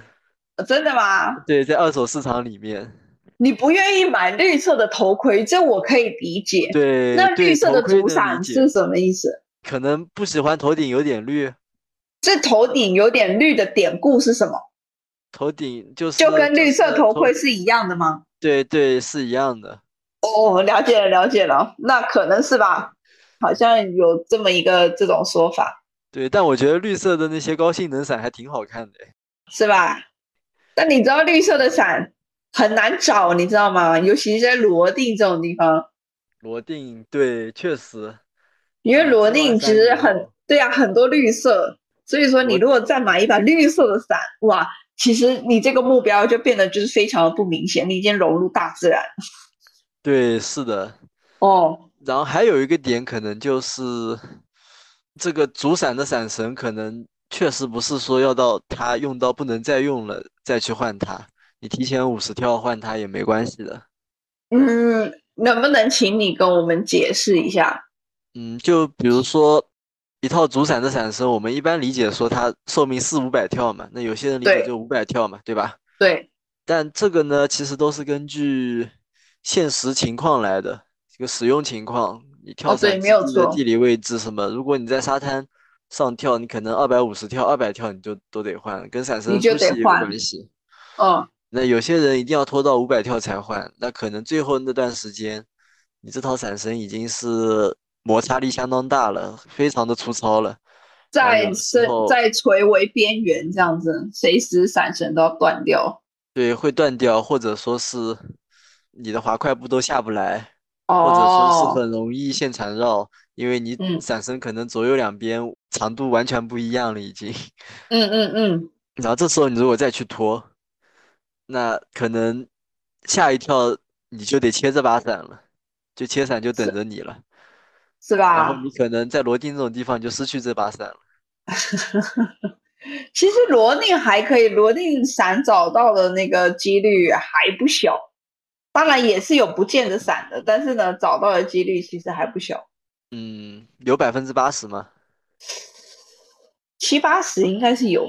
[SPEAKER 3] 呃真的吗？
[SPEAKER 4] 对，在二手市场里面，
[SPEAKER 3] 你不愿意买绿色的头盔，这我可以理解。
[SPEAKER 4] 对，
[SPEAKER 3] 那
[SPEAKER 4] 对
[SPEAKER 3] 绿色的
[SPEAKER 4] 头盔
[SPEAKER 3] 主
[SPEAKER 4] 能理
[SPEAKER 3] 伞
[SPEAKER 4] 解
[SPEAKER 3] 是什么意思？
[SPEAKER 4] 可能不喜欢头顶有点绿，
[SPEAKER 3] 这头顶有点绿的典故是什么？
[SPEAKER 4] 头顶就是
[SPEAKER 3] 就跟绿色
[SPEAKER 4] 是
[SPEAKER 3] 头盔是一样的吗？
[SPEAKER 4] 对对是一样的。
[SPEAKER 3] 哦，了解了，了解了，那可能是吧，好像有这么一个这种说法，
[SPEAKER 4] 对，但我觉得绿色的那些高性能伞还挺好看的。
[SPEAKER 3] 是吧？但你知道绿色的伞很难找，你知道吗？尤其是在罗定这种地方，
[SPEAKER 4] 罗定，对，确实，
[SPEAKER 3] 因为
[SPEAKER 4] 嗯
[SPEAKER 3] 罗
[SPEAKER 4] 这玩意
[SPEAKER 3] 定
[SPEAKER 4] 儿
[SPEAKER 3] 其
[SPEAKER 4] 山
[SPEAKER 3] 实
[SPEAKER 4] 里
[SPEAKER 3] 很
[SPEAKER 4] 有
[SPEAKER 3] 对啊，很多绿色，所以说你
[SPEAKER 4] 我
[SPEAKER 3] 如果再买一把绿色的伞，哇，其实你这个目标就变得就是非常的不明显，你已经融入大自然了
[SPEAKER 4] 对，是的。
[SPEAKER 3] 哦，
[SPEAKER 4] 然后还有一个点，可能就是这个主伞的伞绳，可能确实不是说要到它用到不能再用了再去换它，你提前五十跳换它也没关系的。
[SPEAKER 3] 嗯，能不能请你跟我们解释一下？
[SPEAKER 4] 嗯，就比如说一套主伞的伞绳，我们一般理解说它寿命四五百跳嘛，那有些人理解
[SPEAKER 3] 对
[SPEAKER 4] 就五百跳嘛，对吧？
[SPEAKER 3] 对，
[SPEAKER 4] 但这个呢，其实都是根据现实情况来的，这个使用情况，你跳
[SPEAKER 3] 哦对
[SPEAKER 4] 伞
[SPEAKER 3] 没有
[SPEAKER 4] 基地的
[SPEAKER 3] 错
[SPEAKER 4] 地理位置什么，如果你在沙滩上跳，你可能二百五十跳、二百跳你就都得换，跟伞绳
[SPEAKER 3] 就
[SPEAKER 4] 粗细
[SPEAKER 3] 得
[SPEAKER 4] 有
[SPEAKER 3] 换
[SPEAKER 4] 关系。
[SPEAKER 3] 嗯，
[SPEAKER 4] 那有些人一定要拖到五百跳才换，那可能最后那段时间，你这套伞绳已经是摩擦力相当大了，非常的粗糙了。
[SPEAKER 3] 在
[SPEAKER 4] 有时
[SPEAKER 3] 是
[SPEAKER 4] 候
[SPEAKER 3] 在垂危边缘这样子，随时闪绳都要断掉。
[SPEAKER 4] 对，会断掉，或者说是你的滑块布都下不来，或者说是
[SPEAKER 3] 哦，
[SPEAKER 4] 很容易线缠绕，因为你
[SPEAKER 3] 嗯
[SPEAKER 4] 伞绳可能左右两边长度完全不一样了已经。 *laughs*
[SPEAKER 3] 嗯嗯嗯，
[SPEAKER 4] 然后这时候你如果再去拖，那可能下一跳你就得切这把伞了，就切伞就等着你了。
[SPEAKER 3] 是
[SPEAKER 4] 然后
[SPEAKER 3] 吧？
[SPEAKER 4] 你可能在罗定这种地方就失去这把伞了。
[SPEAKER 3] 其实罗定还可以，罗定伞找到的那个几率还不小，当然也是有不见的伞的，但是呢，找到的几率其实还不小，
[SPEAKER 4] 嗯，有百分之八十吗？
[SPEAKER 3] 七八十应该是有。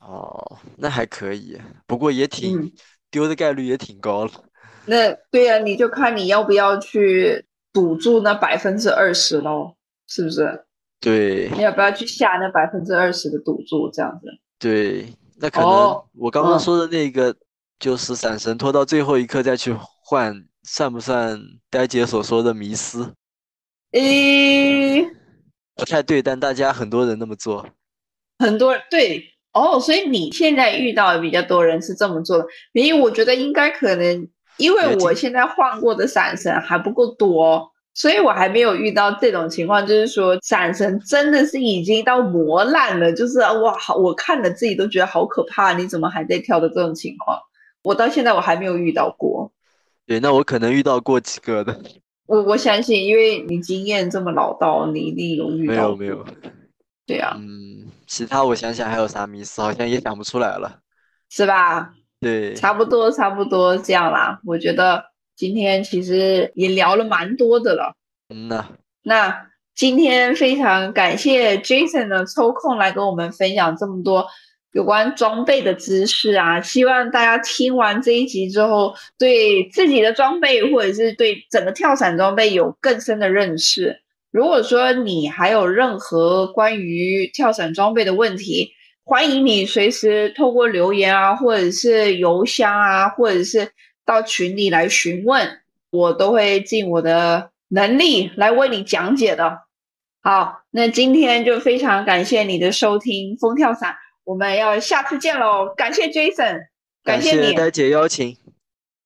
[SPEAKER 4] 哦，那还可以，不过也挺
[SPEAKER 3] 嗯
[SPEAKER 4] 丢的概率也挺高了。
[SPEAKER 3] 那对呀、你就看你要不要去赌注那百分之二十喽，是不是？
[SPEAKER 4] 对
[SPEAKER 3] 你要不要去下那百分之二十的赌注？这样子，
[SPEAKER 4] 对，那可能
[SPEAKER 3] 哦
[SPEAKER 4] 我刚刚
[SPEAKER 3] 嗯
[SPEAKER 4] 说的那个就是散神拖到最后一刻再去换，算不算呆姐所说的迷失？
[SPEAKER 3] 诶，
[SPEAKER 4] 不太对，但大家很多人那么做。
[SPEAKER 3] 很多人对哦，所以你现在遇到的比较多人是这么做的，因为我觉得应该可能，因
[SPEAKER 4] 了
[SPEAKER 3] 为
[SPEAKER 4] 解
[SPEAKER 3] 我现在换过的伞神还不够多，所以我还没有遇到这种情况，就是说伞神真的是已经到磨烂了，就是哇，好我看了自己都觉得好可怕，你怎么还在跳的这种情况，我到现在我还没有遇到过。
[SPEAKER 4] 对，那我可能遇到过几个的，
[SPEAKER 3] 我我相信，因为你经验这么老道，你一定有遇到。
[SPEAKER 4] 没有没有。。
[SPEAKER 3] 对啊，
[SPEAKER 4] 嗯，其他我想想还有啥迷思，好像也想不出来了。
[SPEAKER 3] 是吧？
[SPEAKER 4] 对，
[SPEAKER 3] 差不多，差不多这样啦。我觉得今天其实也聊了蛮多的了。
[SPEAKER 4] 嗯呐，
[SPEAKER 3] 那今天非常感谢 Jason 的抽空来跟我们分享这么多有关装备的知识啊，希望大家听完这一集之后，对自己的装备或者是对整个跳伞装备有更深的认识。如果说你还有任何关于跳伞装备的问题，欢迎你随时透过留言啊，或者是邮箱啊，或者是到群里来询问。我都会尽我的能力来为你讲解的。好，那今天就非常感谢你的收听《风跳伞》，我们要下次见喽！感谢 Jason，
[SPEAKER 4] 感
[SPEAKER 3] 谢你，
[SPEAKER 4] 呆姐邀请，